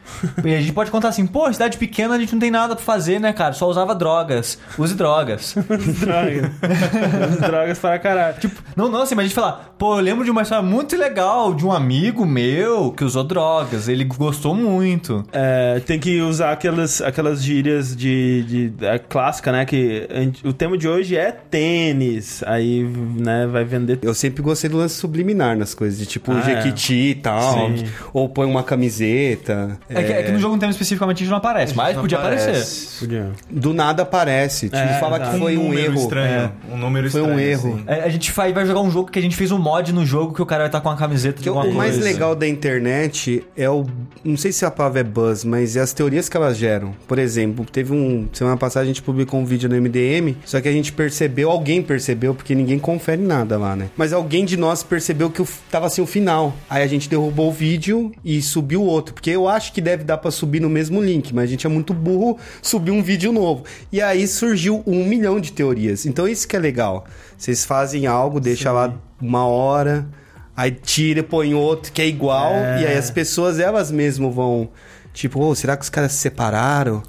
Speaker 3: e a gente pode contar assim, pô, cidade pequena a gente não tem nada pra fazer, né, cara? Só usava drogas. Use drogas.
Speaker 2: Drogas. Drogas para caralho.
Speaker 3: Tipo, não, não, assim, mas a gente fala, pô, eu lembro de uma história muito legal de um amigo meu que usou drogas, ele gostou muito.
Speaker 2: É, tem que usar aquelas, aquelas gírias de, de, da clássica, né? Que an- o tema de hoje é tênis. Aí, né, vai vender.
Speaker 4: Eu sempre gostei do lance subliminar nas coisas, de tipo
Speaker 2: Ah, é.
Speaker 4: Jequiti e tal,
Speaker 2: Sim.
Speaker 4: ou põe uma camiseta.
Speaker 3: É, que, é que no jogo um tema especificamente a gente não aparece, mas podia aparecer.
Speaker 2: Podia.
Speaker 4: Do nada aparece, tipo,
Speaker 2: É,
Speaker 4: fala
Speaker 2: exato.
Speaker 4: que foi um erro.
Speaker 1: Estranho, Um número
Speaker 4: Foi um
Speaker 1: estranho.
Speaker 4: erro.
Speaker 1: assim.
Speaker 3: É, A gente vai, vai jogar um jogo que a gente fez um mod no jogo que o cara vai estar com a camiseta de
Speaker 4: Que o
Speaker 3: alguma
Speaker 4: mais
Speaker 3: coisa.
Speaker 4: legal da internet é o. Não sei se a palavra é buzz, mas é as teorias que elas geram. Por exemplo, teve um. Semana passada a gente publicou um vídeo no MDM, só que a gente percebeu, alguém percebeu, porque ninguém confere nada lá, né? Mas alguém de nós percebeu que o f- tava sem o final. Aí a gente derrubou o vídeo e subiu outro. Porque eu acho que deve dar pra subir no mesmo link, mas a gente é muito burro subir um vídeo novo. E aí surgiu um milhão de teorias. Então isso que é legal. Vocês fazem algo, deixa lá uma hora. Aí tira, põe outro que é igual, e aí as pessoas elas mesmas vão. Tipo, ô, será que os caras se separaram?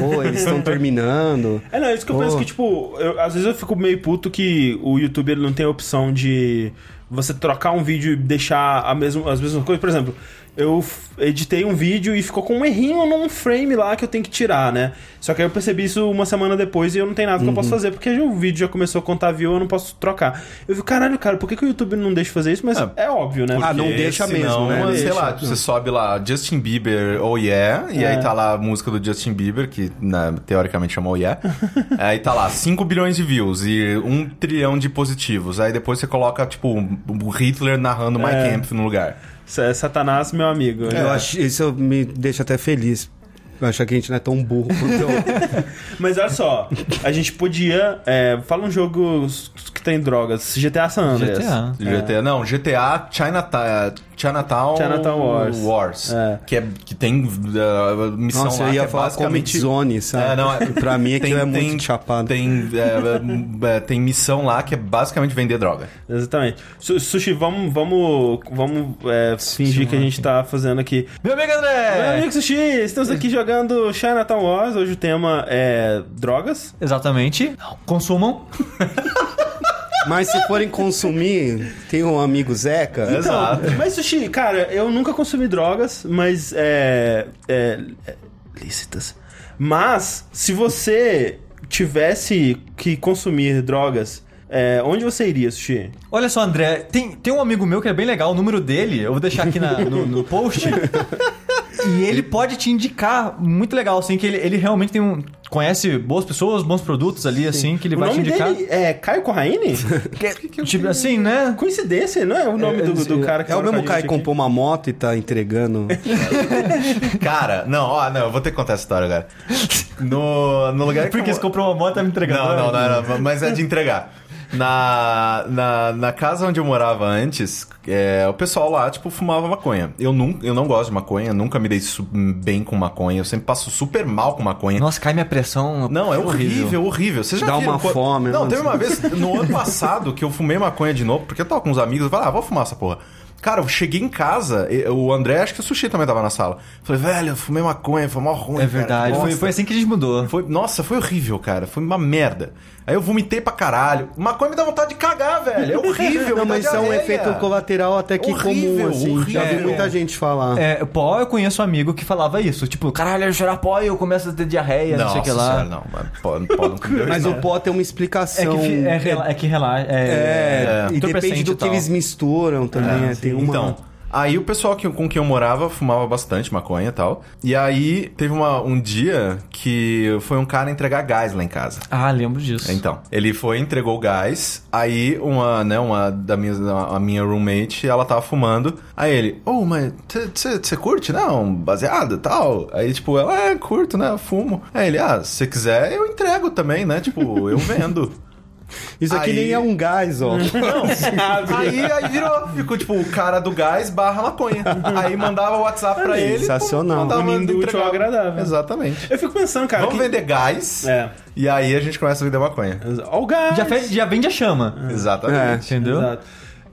Speaker 4: Ou eles estão terminando?
Speaker 2: É, não, é isso que eu
Speaker 4: Oh.
Speaker 2: penso que, tipo, eu- às vezes eu fico meio puto que o YouTube ele não tem a opção de você trocar um vídeo e deixar a mesma, as mesmas coisas. Por exemplo, eu f- editei um vídeo e ficou com um errinho num frame lá que eu tenho que tirar, né? Só que aí eu percebi isso uma semana depois e eu não tenho nada que eu
Speaker 4: Uhum.
Speaker 2: posso fazer, porque já- o vídeo já começou a contar view, eu não posso trocar. Eu vi, caralho, cara, por que, que o YouTube não deixa fazer isso? Mas é, óbvio, né?
Speaker 4: Ah, não
Speaker 2: Porque-
Speaker 4: deixa
Speaker 1: Senão,
Speaker 4: mesmo, né?
Speaker 1: Sei
Speaker 4: Deixa.
Speaker 1: lá, tipo, você sobe lá Justin Bieber, oh yeah, e
Speaker 2: É.
Speaker 1: aí tá lá a música do Justin Bieber, que né, teoricamente chama oh
Speaker 4: [LAUGHS]
Speaker 1: yeah. aí tá lá 5 bilhões de views e 1 trilhão de positivos. Aí depois você coloca, tipo, o Hitler narrando My
Speaker 2: É.
Speaker 1: Camp no lugar.
Speaker 2: Sa- é Satanás, meu amigo.
Speaker 4: É, Eu acho, isso me deixa até feliz. Eu acho que a gente não é tão burro. quanto
Speaker 2: Mas olha só, a gente podia. é, fala um jogo que tem drogas. GTA San Andreas.
Speaker 3: GTA.
Speaker 4: É.
Speaker 1: GTA, não, GTA Chinatown, Chinatown,
Speaker 2: Chinatown Wars. É.
Speaker 1: que, é, que tem uh,
Speaker 4: eu.
Speaker 1: missão
Speaker 4: Nossa,
Speaker 1: lá
Speaker 4: eu
Speaker 1: que
Speaker 4: ia
Speaker 1: é
Speaker 4: falar Comic
Speaker 1: basicamente...
Speaker 4: Zone, sabe?
Speaker 1: É, não, é-
Speaker 4: [LAUGHS] pra mim aquilo é muito chapado.
Speaker 1: Tem, é, é, tem missão lá que é basicamente vender droga.
Speaker 2: Exatamente. Su- sushi, vamos, vamos, vamos é, fingir que a gente tá fazendo aqui.
Speaker 3: Meu amigo
Speaker 2: Meu
Speaker 3: André!
Speaker 2: amigo Sushi, estamos aqui jogando Chinatown Wars. Hoje o tema é drogas.
Speaker 3: Exatamente. Consumam.
Speaker 4: Mas se forem consumir, tem um amigo
Speaker 2: Então,
Speaker 4: Zeca.
Speaker 1: Exato.
Speaker 2: mas Sushi, cara, eu nunca consumi drogas, mas é. é, é, lícitas. Mas, se você tivesse que consumir drogas, é, onde você iria, Sushi?
Speaker 3: Olha só, André, tem, tem um amigo meu que é bem legal, o número dele, eu vou deixar aqui na- no, no post. e ele pode te indicar, muito legal, assim, que ele, ele realmente tem um. Conhece boas pessoas, bons produtos ali, assim, que ele
Speaker 2: o
Speaker 3: vai te
Speaker 2: nome
Speaker 3: indicar.
Speaker 2: dele é Caio
Speaker 3: [LAUGHS]
Speaker 2: Corraine?
Speaker 3: Tipo assim, né?
Speaker 2: Coincidência, não é o nome
Speaker 3: É,
Speaker 2: do, do
Speaker 3: é,
Speaker 2: cara que
Speaker 4: É o
Speaker 2: mora com a
Speaker 4: mesmo
Speaker 2: gente
Speaker 4: cara que
Speaker 2: aqui? [LAUGHS]
Speaker 4: comprou uma moto e tá entregando.
Speaker 1: Cara, não, ó, não, eu vou ter que contar essa história, cara. No, no lugar que
Speaker 3: Porque
Speaker 1: eu-
Speaker 3: se comprou uma moto, tá me entregando.
Speaker 1: Não, não, não, não, mas é de entregar. Na, na, na casa onde eu morava antes, é, o pessoal lá, tipo, fumava maconha. Eu, nun, eu não gosto de maconha, nunca me dei su- bem com maconha, eu sempre passo super mal com maconha.
Speaker 3: Nossa, cai minha pressão.
Speaker 1: Não, é horrível, horrível. Vocês já
Speaker 4: Dá
Speaker 1: viram
Speaker 4: uma
Speaker 1: quando-
Speaker 4: fome,
Speaker 1: Não,
Speaker 4: né?
Speaker 1: teve uma vez no ano passado que eu fumei maconha de novo, porque eu tava com uns amigos, eu falei, ah, vou fumar essa porra. Cara, eu cheguei em casa, e- o André, acho que o Sushi também tava na sala. Falei, velho, eu fumei maconha, foi mó ruim.
Speaker 3: É
Speaker 1: cara,
Speaker 3: verdade. Foi,
Speaker 1: nossa."
Speaker 3: foi assim que a gente mudou.
Speaker 1: Foi- nossa, foi horrível, cara. Foi uma merda. Aí eu vomitei pra caralho. Maconha me dá vontade de cagar, velho. É horrível.
Speaker 4: Não,
Speaker 1: me dá
Speaker 4: mas isso é um
Speaker 1: diarreia.
Speaker 4: efeito colateral até que
Speaker 1: Horrível,
Speaker 4: comum, assim. Já vi
Speaker 1: horrível.
Speaker 4: muita gente falar.
Speaker 3: É, pó, eu conheço um amigo que falava isso. Tipo, caralho, eu cheirar pó e eu começo a ter diarreia, não
Speaker 1: Nossa
Speaker 3: sei o que lá.
Speaker 1: senhora, não. Mas, pô, pô,
Speaker 4: [LAUGHS]
Speaker 1: não comeu isso,
Speaker 4: Mas
Speaker 1: não.
Speaker 4: o pó tem uma
Speaker 3: É
Speaker 4: explicação.
Speaker 3: que, fi- é, rela- é que relaxa. É,
Speaker 4: É, e depende
Speaker 3: entorpecente
Speaker 4: do
Speaker 3: e
Speaker 4: que
Speaker 3: tal.
Speaker 4: eles misturam também. é, tem uma...
Speaker 1: Então, aí o pessoal que, com quem eu morava fumava bastante maconha e tal. E aí teve uma- um dia que foi um cara entregar gás lá em casa.
Speaker 3: Ah, lembro disso.
Speaker 1: Então, ele foi, entregou o gás, aí uma, né, uma da minha, a minha roommate, ela tava fumando, aí ele, ô, mas você curte, né, um baseado e tal? Aí, tipo, ela, é, curto, né, eu fumo. Aí ele, ah, se você quiser, eu entrego também, né, tipo, eu
Speaker 4: [LAUGHS]
Speaker 1: vendo.
Speaker 4: Isso aqui
Speaker 1: aí-
Speaker 4: nem é um
Speaker 1: [LAUGHS]
Speaker 4: gás, ó.
Speaker 1: aí, aí virou, ficou, tipo, o cara do gás barra maconha. Aí mandava o WhatsApp pra ele.
Speaker 4: Sensacional.
Speaker 1: mandava,
Speaker 2: Unindo o útil ao
Speaker 1: entregava.
Speaker 2: agradável.
Speaker 1: É [LAUGHS] Exatamente.
Speaker 2: Eu fico pensando, cara.
Speaker 1: Vamos
Speaker 2: que-
Speaker 1: vender gás,
Speaker 2: É.
Speaker 1: e aí a gente começa a vender maconha.
Speaker 2: Ó, o gás.
Speaker 3: Já, fe- já vende a chama.
Speaker 1: Exatamente.
Speaker 3: Entendeu?
Speaker 2: Exato.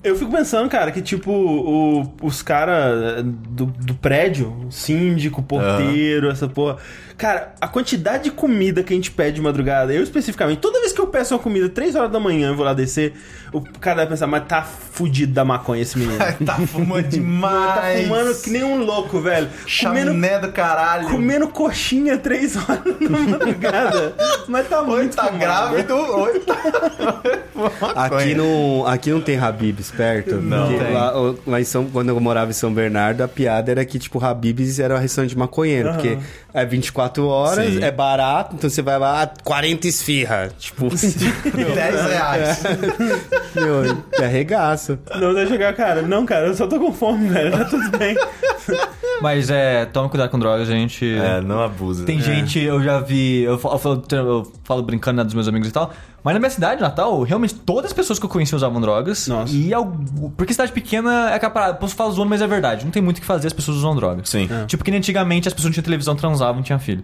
Speaker 2: Eu fico pensando, cara, que tipo, o- os caras do, do prédio,
Speaker 3: Ah.
Speaker 2: síndico, porteiro, essa porra. Cara, a quantidade de comida que a gente pede de madrugada, eu especificamente, toda vez que eu peço uma comida, 3 horas da manhã, eu vou lá descer, o cara vai pensar, mas tá fudido da maconha esse menino.
Speaker 1: tá fumando demais.
Speaker 2: [LAUGHS] tá fumando que nem um louco, velho. Comendo
Speaker 1: Chaminé do caralho.
Speaker 2: comendo coxinha três horas na madrugada. Mas tá
Speaker 1: Oi,
Speaker 2: muito
Speaker 1: tá
Speaker 2: fumado.
Speaker 1: grávido. Oi,
Speaker 2: [LAUGHS]
Speaker 1: tá...
Speaker 4: Aqui não, aqui não tem Habibs perto.
Speaker 1: Não
Speaker 4: porque
Speaker 1: tem.
Speaker 4: Lá, lá em São, quando eu morava em São Bernardo, a piada era que, tipo, Habibs era uma restaurante de maconheiro. Porque é 24 horas,
Speaker 1: Sim.
Speaker 4: é barato, então você vai lá, ah, 40 esfirra. Tipo, [LAUGHS]
Speaker 1: 10 reais.
Speaker 4: meu, é te arregaça.
Speaker 2: Não, deixa eu jogar, cara. Não, cara, eu só tô com fome, velho. Tá tudo bem.
Speaker 3: Mas é, toma cuidado com drogas, gente.
Speaker 1: É, não abusa.
Speaker 3: Tem gente, eu já vi, eu fa- eu falo, eu falo brincando né, dos meus amigos e tal, mas na minha cidade, Natal, realmente todas as pessoas que eu conheci usavam drogas.
Speaker 2: Nossa.
Speaker 3: E al- porque cidade pequena é caparada, posso falar zoando, mas é verdade. Não tem muito o que fazer, as pessoas usam drogas.
Speaker 1: Sim.
Speaker 3: Tipo que nem antigamente as pessoas não tinham televisão, transavam, não tinham filho.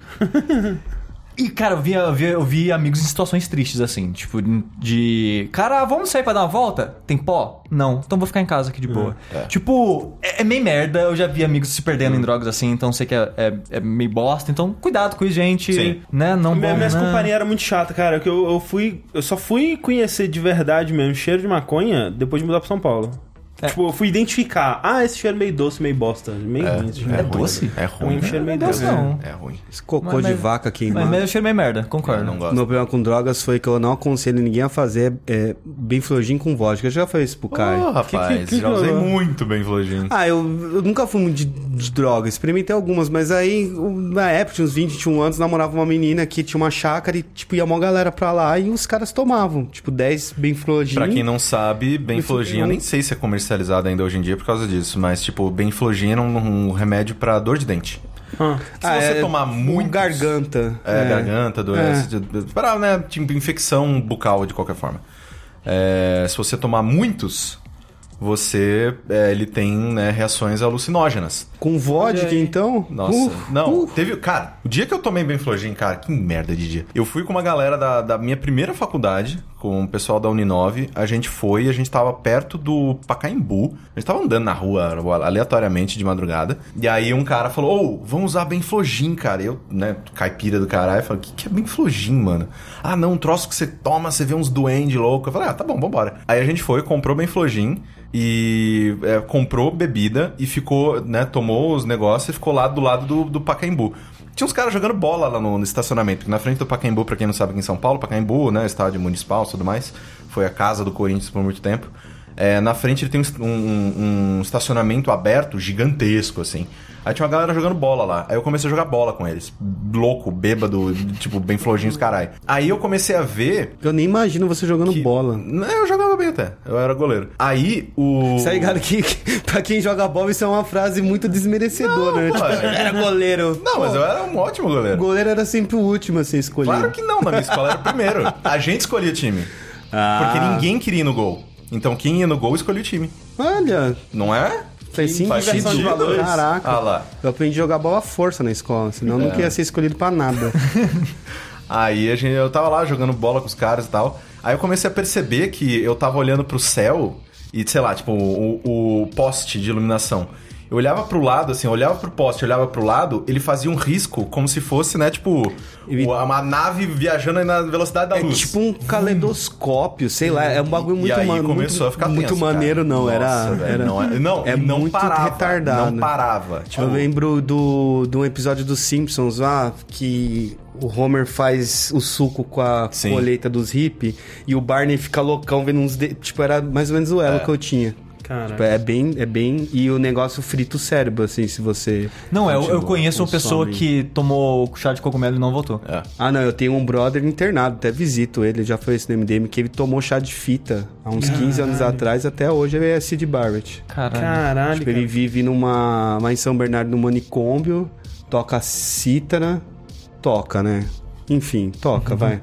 Speaker 3: E, cara, eu vi, eu, vi, eu vi amigos em situações tristes, assim, tipo, de. Cara, vamos sair pra dar uma volta? Tem pó? Não, então vou ficar em casa aqui de boa.
Speaker 1: Uhum.
Speaker 3: Tipo, é, é meio merda, eu já vi amigos se perdendo em drogas assim, então sei que é, é- é meio bosta, então cuidado com isso, gente.
Speaker 1: Sim.
Speaker 3: Né? Não
Speaker 2: Minha,
Speaker 3: bom,
Speaker 2: minhas
Speaker 3: né?
Speaker 2: companhias eram muito chatas, cara. Que eu, eu fui. Eu só fui conhecer de verdade mesmo cheiro de maconha depois de mudar pra São Paulo. Tipo, eu fui identificar. Ah, esse cheiro meio doce, meio bosta. Meio ruim esse cheiro.
Speaker 1: ruim.
Speaker 3: doce?
Speaker 1: É ruim.
Speaker 2: É um cheiro meio
Speaker 1: né?
Speaker 2: doce,
Speaker 3: não.
Speaker 1: É ruim.
Speaker 4: Esse cocô
Speaker 3: Mas-
Speaker 4: de
Speaker 3: mas-
Speaker 4: vaca
Speaker 3: Mas
Speaker 4: queimado.
Speaker 3: mesmo cheiro é meio merda,
Speaker 1: Eu
Speaker 3: concordo.
Speaker 1: não
Speaker 4: Meu
Speaker 1: gosto.
Speaker 4: problema com drogas foi que eu não aconselho ninguém a fazer é, bem flojinho com vodka. Eu já falei isso pro Caio.
Speaker 1: Ô, rapaz,
Speaker 2: que- que
Speaker 1: já usei
Speaker 2: jogou?
Speaker 1: muito bem flojinho.
Speaker 4: Ah, eu, eu nunca fui muito de, de droga, experimentei algumas, mas aí, eu- na época, tinha uns 20, 21 anos, namorava uma menina que tinha uma chácara e, tipo, ia uma galera pra lá e os caras tomavam, tipo, 10 bem flojinho.
Speaker 1: Pra quem não sabe,
Speaker 4: Isso
Speaker 1: Benflogin, eu
Speaker 4: é um-
Speaker 1: nem sei se é comercializado ainda hoje em dia por causa disso, mas, tipo, Benflogin é um, um remédio pra dor de dente.
Speaker 2: Ah.
Speaker 1: Se você tomar muito.
Speaker 4: garganta.
Speaker 1: É, garganta, doença. de- de- Pra, né? Tipo, infecção bucal de qualquer forma. É, se você tomar muitos, você. é, ele tem né, reações alucinógenas.
Speaker 4: Com vodka, então?
Speaker 1: Nossa.
Speaker 4: Uh,
Speaker 1: não,
Speaker 4: uh.
Speaker 1: teve. Cara, o dia que eu tomei Benflogin, cara, que merda de dia. Eu fui com uma galera da, da minha primeira faculdade, com o pessoal da Uninove. A gente foi, a gente tava perto do Pacaembu. A gente tava andando na rua aleatoriamente de madrugada. E aí um cara falou: Ô, vamos usar Benflogin, cara. Eu, né, caipira do caralho, falei: O que, que é Benflogin, mano? Ah, não, um troço que você toma, você vê uns duende louco. Eu falei: Ah, tá bom, vambora. Aí a gente foi, comprou Benflogin e é, comprou bebida e ficou, né, tomou os negócios e ficou lá do lado do, do Pacaembu. Tinha uns caras jogando bola lá no, no estacionamento, porque na frente do Pacaembu, pra quem não sabe aqui em São Paulo, Pacaembu, né, estádio municipal e tudo mais, foi a casa do Corinthians por muito tempo. É, na frente ele tem um est- um, um- um estacionamento aberto gigantesco, assim. Aí tinha uma galera jogando bola lá. Aí eu comecei a jogar bola com eles. Louco, bêbado, tipo, bem flojinhos, caralho. Aí eu comecei a ver.
Speaker 4: Eu nem imagino você jogando
Speaker 1: que-
Speaker 4: bola.
Speaker 1: Né, Eu jogava bem até. Eu era goleiro. Aí o.
Speaker 4: Tá ligado que, que pra quem joga bola isso é uma frase muito desmerecedora, né?
Speaker 1: pô,
Speaker 4: Tipo,
Speaker 1: é.
Speaker 4: era goleiro.
Speaker 1: Não, mas eu era um ótimo
Speaker 4: O
Speaker 1: goleiro.
Speaker 4: goleiro era sempre o último a ser escolhido.
Speaker 1: Claro que não, na minha escola era o primeiro. A gente escolhia time.
Speaker 4: Ah.
Speaker 1: Porque ninguém queria ir no gol. Então quem ia no gol escolhia o time.
Speaker 4: Olha,
Speaker 1: Não é?
Speaker 4: faz sim
Speaker 1: Faz
Speaker 4: inversão de
Speaker 1: sentido.
Speaker 4: valores. Caraca.
Speaker 1: Ah lá.
Speaker 4: Eu aprendi a jogar bola à força na escola, senão
Speaker 1: É.
Speaker 4: eu nunca ia ser escolhido
Speaker 1: [LAUGHS]
Speaker 4: pra nada.
Speaker 1: Aí a gente, eu tava lá jogando bola com os caras e tal. Aí eu comecei a perceber que eu tava olhando pro céu e, sei lá, tipo, o, o poste de iluminação. Eu olhava pro lado, assim, eu olhava pro poste, eu olhava pro lado, ele fazia um risco como se fosse, né, tipo, o- uma nave viajando na velocidade da
Speaker 4: É
Speaker 1: luz.
Speaker 4: tipo um caleidoscópio, sei lá, é um bagulho muito
Speaker 1: Tá, e aí
Speaker 4: mano-
Speaker 1: começou
Speaker 4: muito,
Speaker 1: a ficar
Speaker 4: muito
Speaker 1: tenso, cara.
Speaker 4: maneiro não,
Speaker 1: Nossa,
Speaker 4: era,
Speaker 1: velho,
Speaker 4: era [LAUGHS]
Speaker 1: não, não,
Speaker 4: é
Speaker 1: e não
Speaker 4: muito
Speaker 1: parava,
Speaker 4: retardado. né?
Speaker 1: Não parava. Tipo,
Speaker 4: Eu lembro do de um episódio dos Simpsons lá que o Homer faz o suco com a
Speaker 1: Sim.
Speaker 4: colheita dos hippies e o Barney fica loucão vendo uns de... tipo era mais ou menos o
Speaker 1: É.
Speaker 4: elo que eu tinha.
Speaker 2: Caraca.
Speaker 4: Tipo, é bem, é bem e o negócio frita o cérebro assim, se você
Speaker 3: Não, eu, eu
Speaker 4: continua,
Speaker 3: conheço uma
Speaker 4: consome.
Speaker 3: pessoa que tomou chá de cogumelo e não voltou.
Speaker 1: é.
Speaker 4: Ah, não, eu tenho um brother internado, até visito ele, já foi esse no MDM, que ele tomou chá de fita há uns 15 anos atrás, até hoje ele é Sid Barrett.
Speaker 3: Caralho.
Speaker 2: Caralho.
Speaker 4: Tipo, ele
Speaker 2: cara.
Speaker 4: vive numa. lá em São Bernardo, num manicômio, toca cítara, toca, né? Enfim,
Speaker 2: [LAUGHS]
Speaker 4: toca, vai.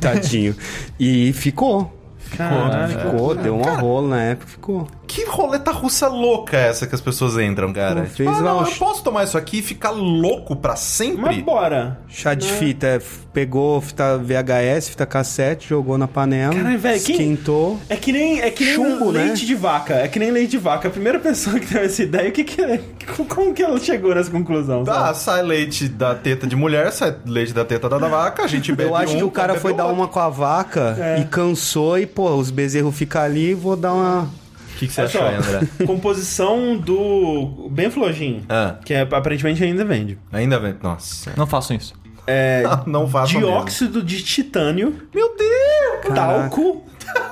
Speaker 4: Tadinho. E ficou.
Speaker 2: Caralho.
Speaker 4: Ficou, deu uma rola na época, ficou.
Speaker 1: Que roleta russa louca é essa que as pessoas entram, cara?
Speaker 4: Pô,
Speaker 1: Tipo,
Speaker 4: fez
Speaker 1: ah,
Speaker 4: lá
Speaker 1: não,
Speaker 4: um
Speaker 1: eu
Speaker 4: ch-
Speaker 1: posso tomar isso aqui e ficar louco pra
Speaker 2: Mas
Speaker 1: sempre?
Speaker 2: bora.
Speaker 4: Chá de fita, é, f- pegou fita VHS, fita cassete, jogou na panela,
Speaker 2: Caralho, velho, quem-
Speaker 4: esquentou.
Speaker 2: É que nem, é que nem
Speaker 4: Chumbo, né?
Speaker 2: leite de vaca. É que nem leite de vaca. A primeira pessoa que teve essa ideia, o que que é? [LAUGHS] Como que ela chegou nessa conclusão?
Speaker 1: Ah,
Speaker 2: sabe?
Speaker 1: sai leite da teta de mulher, sai leite da teta da, da vaca, a gente bebe
Speaker 4: Eu acho
Speaker 1: um,
Speaker 4: que o cara
Speaker 1: bebe
Speaker 4: foi dar
Speaker 1: outro.
Speaker 4: uma com a vaca
Speaker 2: É.
Speaker 4: e cansou e, pô, os bezerros ficam ali, vou dar uma.
Speaker 1: O que, que você
Speaker 2: Olha
Speaker 1: achou,
Speaker 2: só,
Speaker 1: aí, André?
Speaker 2: [LAUGHS] composição do Benflogin,
Speaker 1: [LAUGHS] Ah.
Speaker 2: que é, aparentemente ainda vende.
Speaker 1: Ainda bem. Nossa.
Speaker 3: Não façam isso.
Speaker 2: É,
Speaker 1: [LAUGHS] Não faça
Speaker 2: dióxido de titânio,
Speaker 1: Tá
Speaker 2: Tá
Speaker 1: Meu Deus!
Speaker 2: talco, [LAUGHS]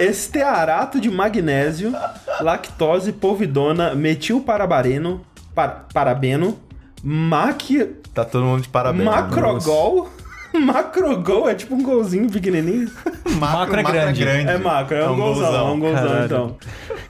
Speaker 2: estearato de magnésio, lactose, polvidona, metilparabareno, par- parabeno, maqui,
Speaker 1: Tá todo mundo de parabéns.
Speaker 2: Macrogol? [LAUGHS] Macrogol é tipo um golzinho pequenininho.
Speaker 1: Macro,
Speaker 3: Macro é grande.
Speaker 2: É macro, é um golzão, é um golzão
Speaker 3: Caralho.
Speaker 2: então.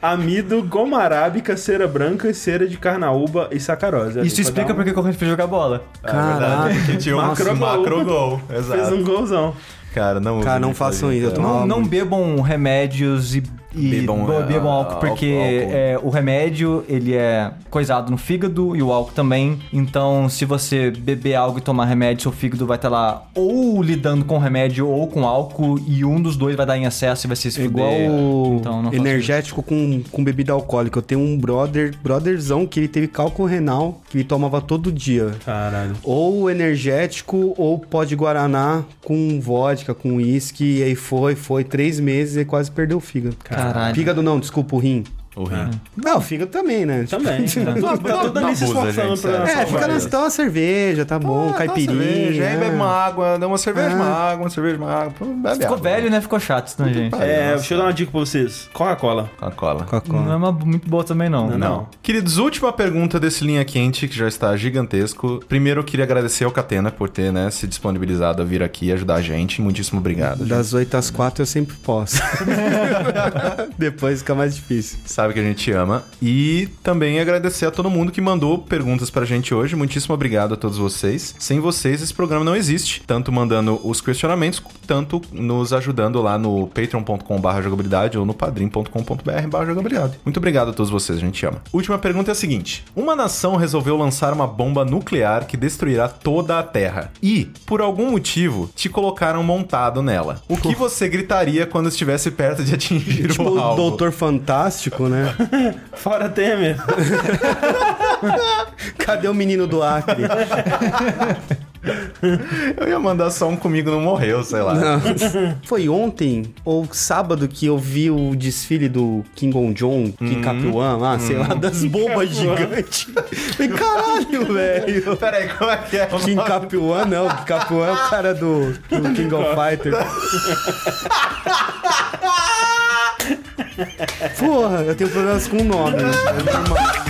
Speaker 2: Amido, goma arábica, cera branca, cera de carnaúba e sacarose.
Speaker 3: Isso explica
Speaker 2: um
Speaker 1: um.
Speaker 3: porque que eu fui jogar bola.
Speaker 1: Caraca.
Speaker 4: Caraca.
Speaker 1: É Porque tinha um macro,
Speaker 2: Macrogol.
Speaker 1: gol.
Speaker 2: Fez
Speaker 1: Exato.
Speaker 2: um golzão.
Speaker 1: Cara, não
Speaker 4: Cara,
Speaker 1: usem
Speaker 4: não
Speaker 1: isso,
Speaker 4: façam
Speaker 1: gente.
Speaker 4: isso, eu tô-
Speaker 3: Não,
Speaker 4: Ah,
Speaker 3: não
Speaker 4: muito.
Speaker 3: bebam remédios e, e
Speaker 1: Então, Bebam,
Speaker 3: bo-
Speaker 1: ah,
Speaker 3: bebam álcool,
Speaker 1: álcool,
Speaker 3: porque
Speaker 1: álcool.
Speaker 3: é, o remédio ele é coisado no fígado e o álcool também. Então, se você beber algo e tomar remédio, seu fígado vai estar lá ou lidando com remédio ou com álcool e um dos dois vai dar em excesso e vai se
Speaker 4: É
Speaker 3: fuder.
Speaker 4: igual o
Speaker 3: Então, não façam
Speaker 4: energético com, com bebida alcoólica. Eu tenho um brother, brotherzão, que ele teve cálculo renal, que ele tomava todo dia.
Speaker 2: Caralho.
Speaker 4: Ou energético, ou pó de guaraná com vodka, com uísque, e aí foi, foi, três meses e quase perdeu o fígado.
Speaker 3: isso. Caralho.
Speaker 4: Fígado não, desculpa, o rim.
Speaker 1: O rim.
Speaker 4: Não, o fígado também, né? [LAUGHS]
Speaker 2: Também. Tá, tá todo
Speaker 1: Não
Speaker 2: ali se
Speaker 1: abusa,
Speaker 2: esforçando
Speaker 1: gente,
Speaker 2: pra.
Speaker 1: sério.
Speaker 4: É, fica na dá uma cerveja, tá bom,
Speaker 1: Ah,
Speaker 4: caipirinha.
Speaker 1: dá uma cerveja, aí
Speaker 4: é.
Speaker 1: bebe uma água, dá uma cerveja,
Speaker 4: Ah.
Speaker 1: uma água, uma cerveja, uma água. pô, Bebe
Speaker 3: Ficou
Speaker 1: água.
Speaker 3: velho, né? Ficou chato isso, né, gente?
Speaker 2: É, deixa eu dar uma dica pra vocês. Coca-Cola.
Speaker 1: Coca-Cola.
Speaker 3: Não é uma muito boa também, não.
Speaker 2: Não,
Speaker 1: Não. Queridos, última pergunta desse Linha Quente, que já está gigantesco. Primeiro, eu queria agradecer ao Catena por ter né, se disponibilizado a vir aqui e ajudar a gente. Muitíssimo obrigado. gente.
Speaker 4: Das 8 às 4 eu sempre posso. Depois fica mais difícil.
Speaker 1: Sabe que a gente ama. E também agradecer a todo mundo que mandou perguntas pra gente hoje. Muitíssimo obrigado a todos vocês. Sem vocês, esse programa não existe. Tanto mandando os questionamentos, tanto nos ajudando lá no patreon.com.br jogabilidade ou no padrim.com.br jogabilidade. Muito obrigado a todos vocês, a gente ama. Última pergunta é a seguinte. Uma nação resolveu lançar uma bomba nuclear que destruirá toda a Terra. E, por algum motivo, te colocaram montado nela. O que você gritaria quando estivesse perto de atingir
Speaker 4: [LAUGHS] Tipo
Speaker 1: o
Speaker 4: o
Speaker 1: alvo?
Speaker 4: Doutor Fantástico, né?
Speaker 2: Fora Temer.
Speaker 4: Cadê o menino do Acre?
Speaker 1: Eu ia mandar só um comigo não morreu, sei lá.
Speaker 4: Foi ontem ou sábado que eu vi o desfile do Kim Gong Jong, Kim Capuan lá, sei lá, das bombas gigantes. Falei, caralho, velho.
Speaker 1: Pera aí, como é que é? o
Speaker 4: Kim
Speaker 1: nome?
Speaker 4: Capuan, não. Kim Capuan é o cara do, do King of Fighter. Porra, eu tenho problemas com o nome. né? É normal.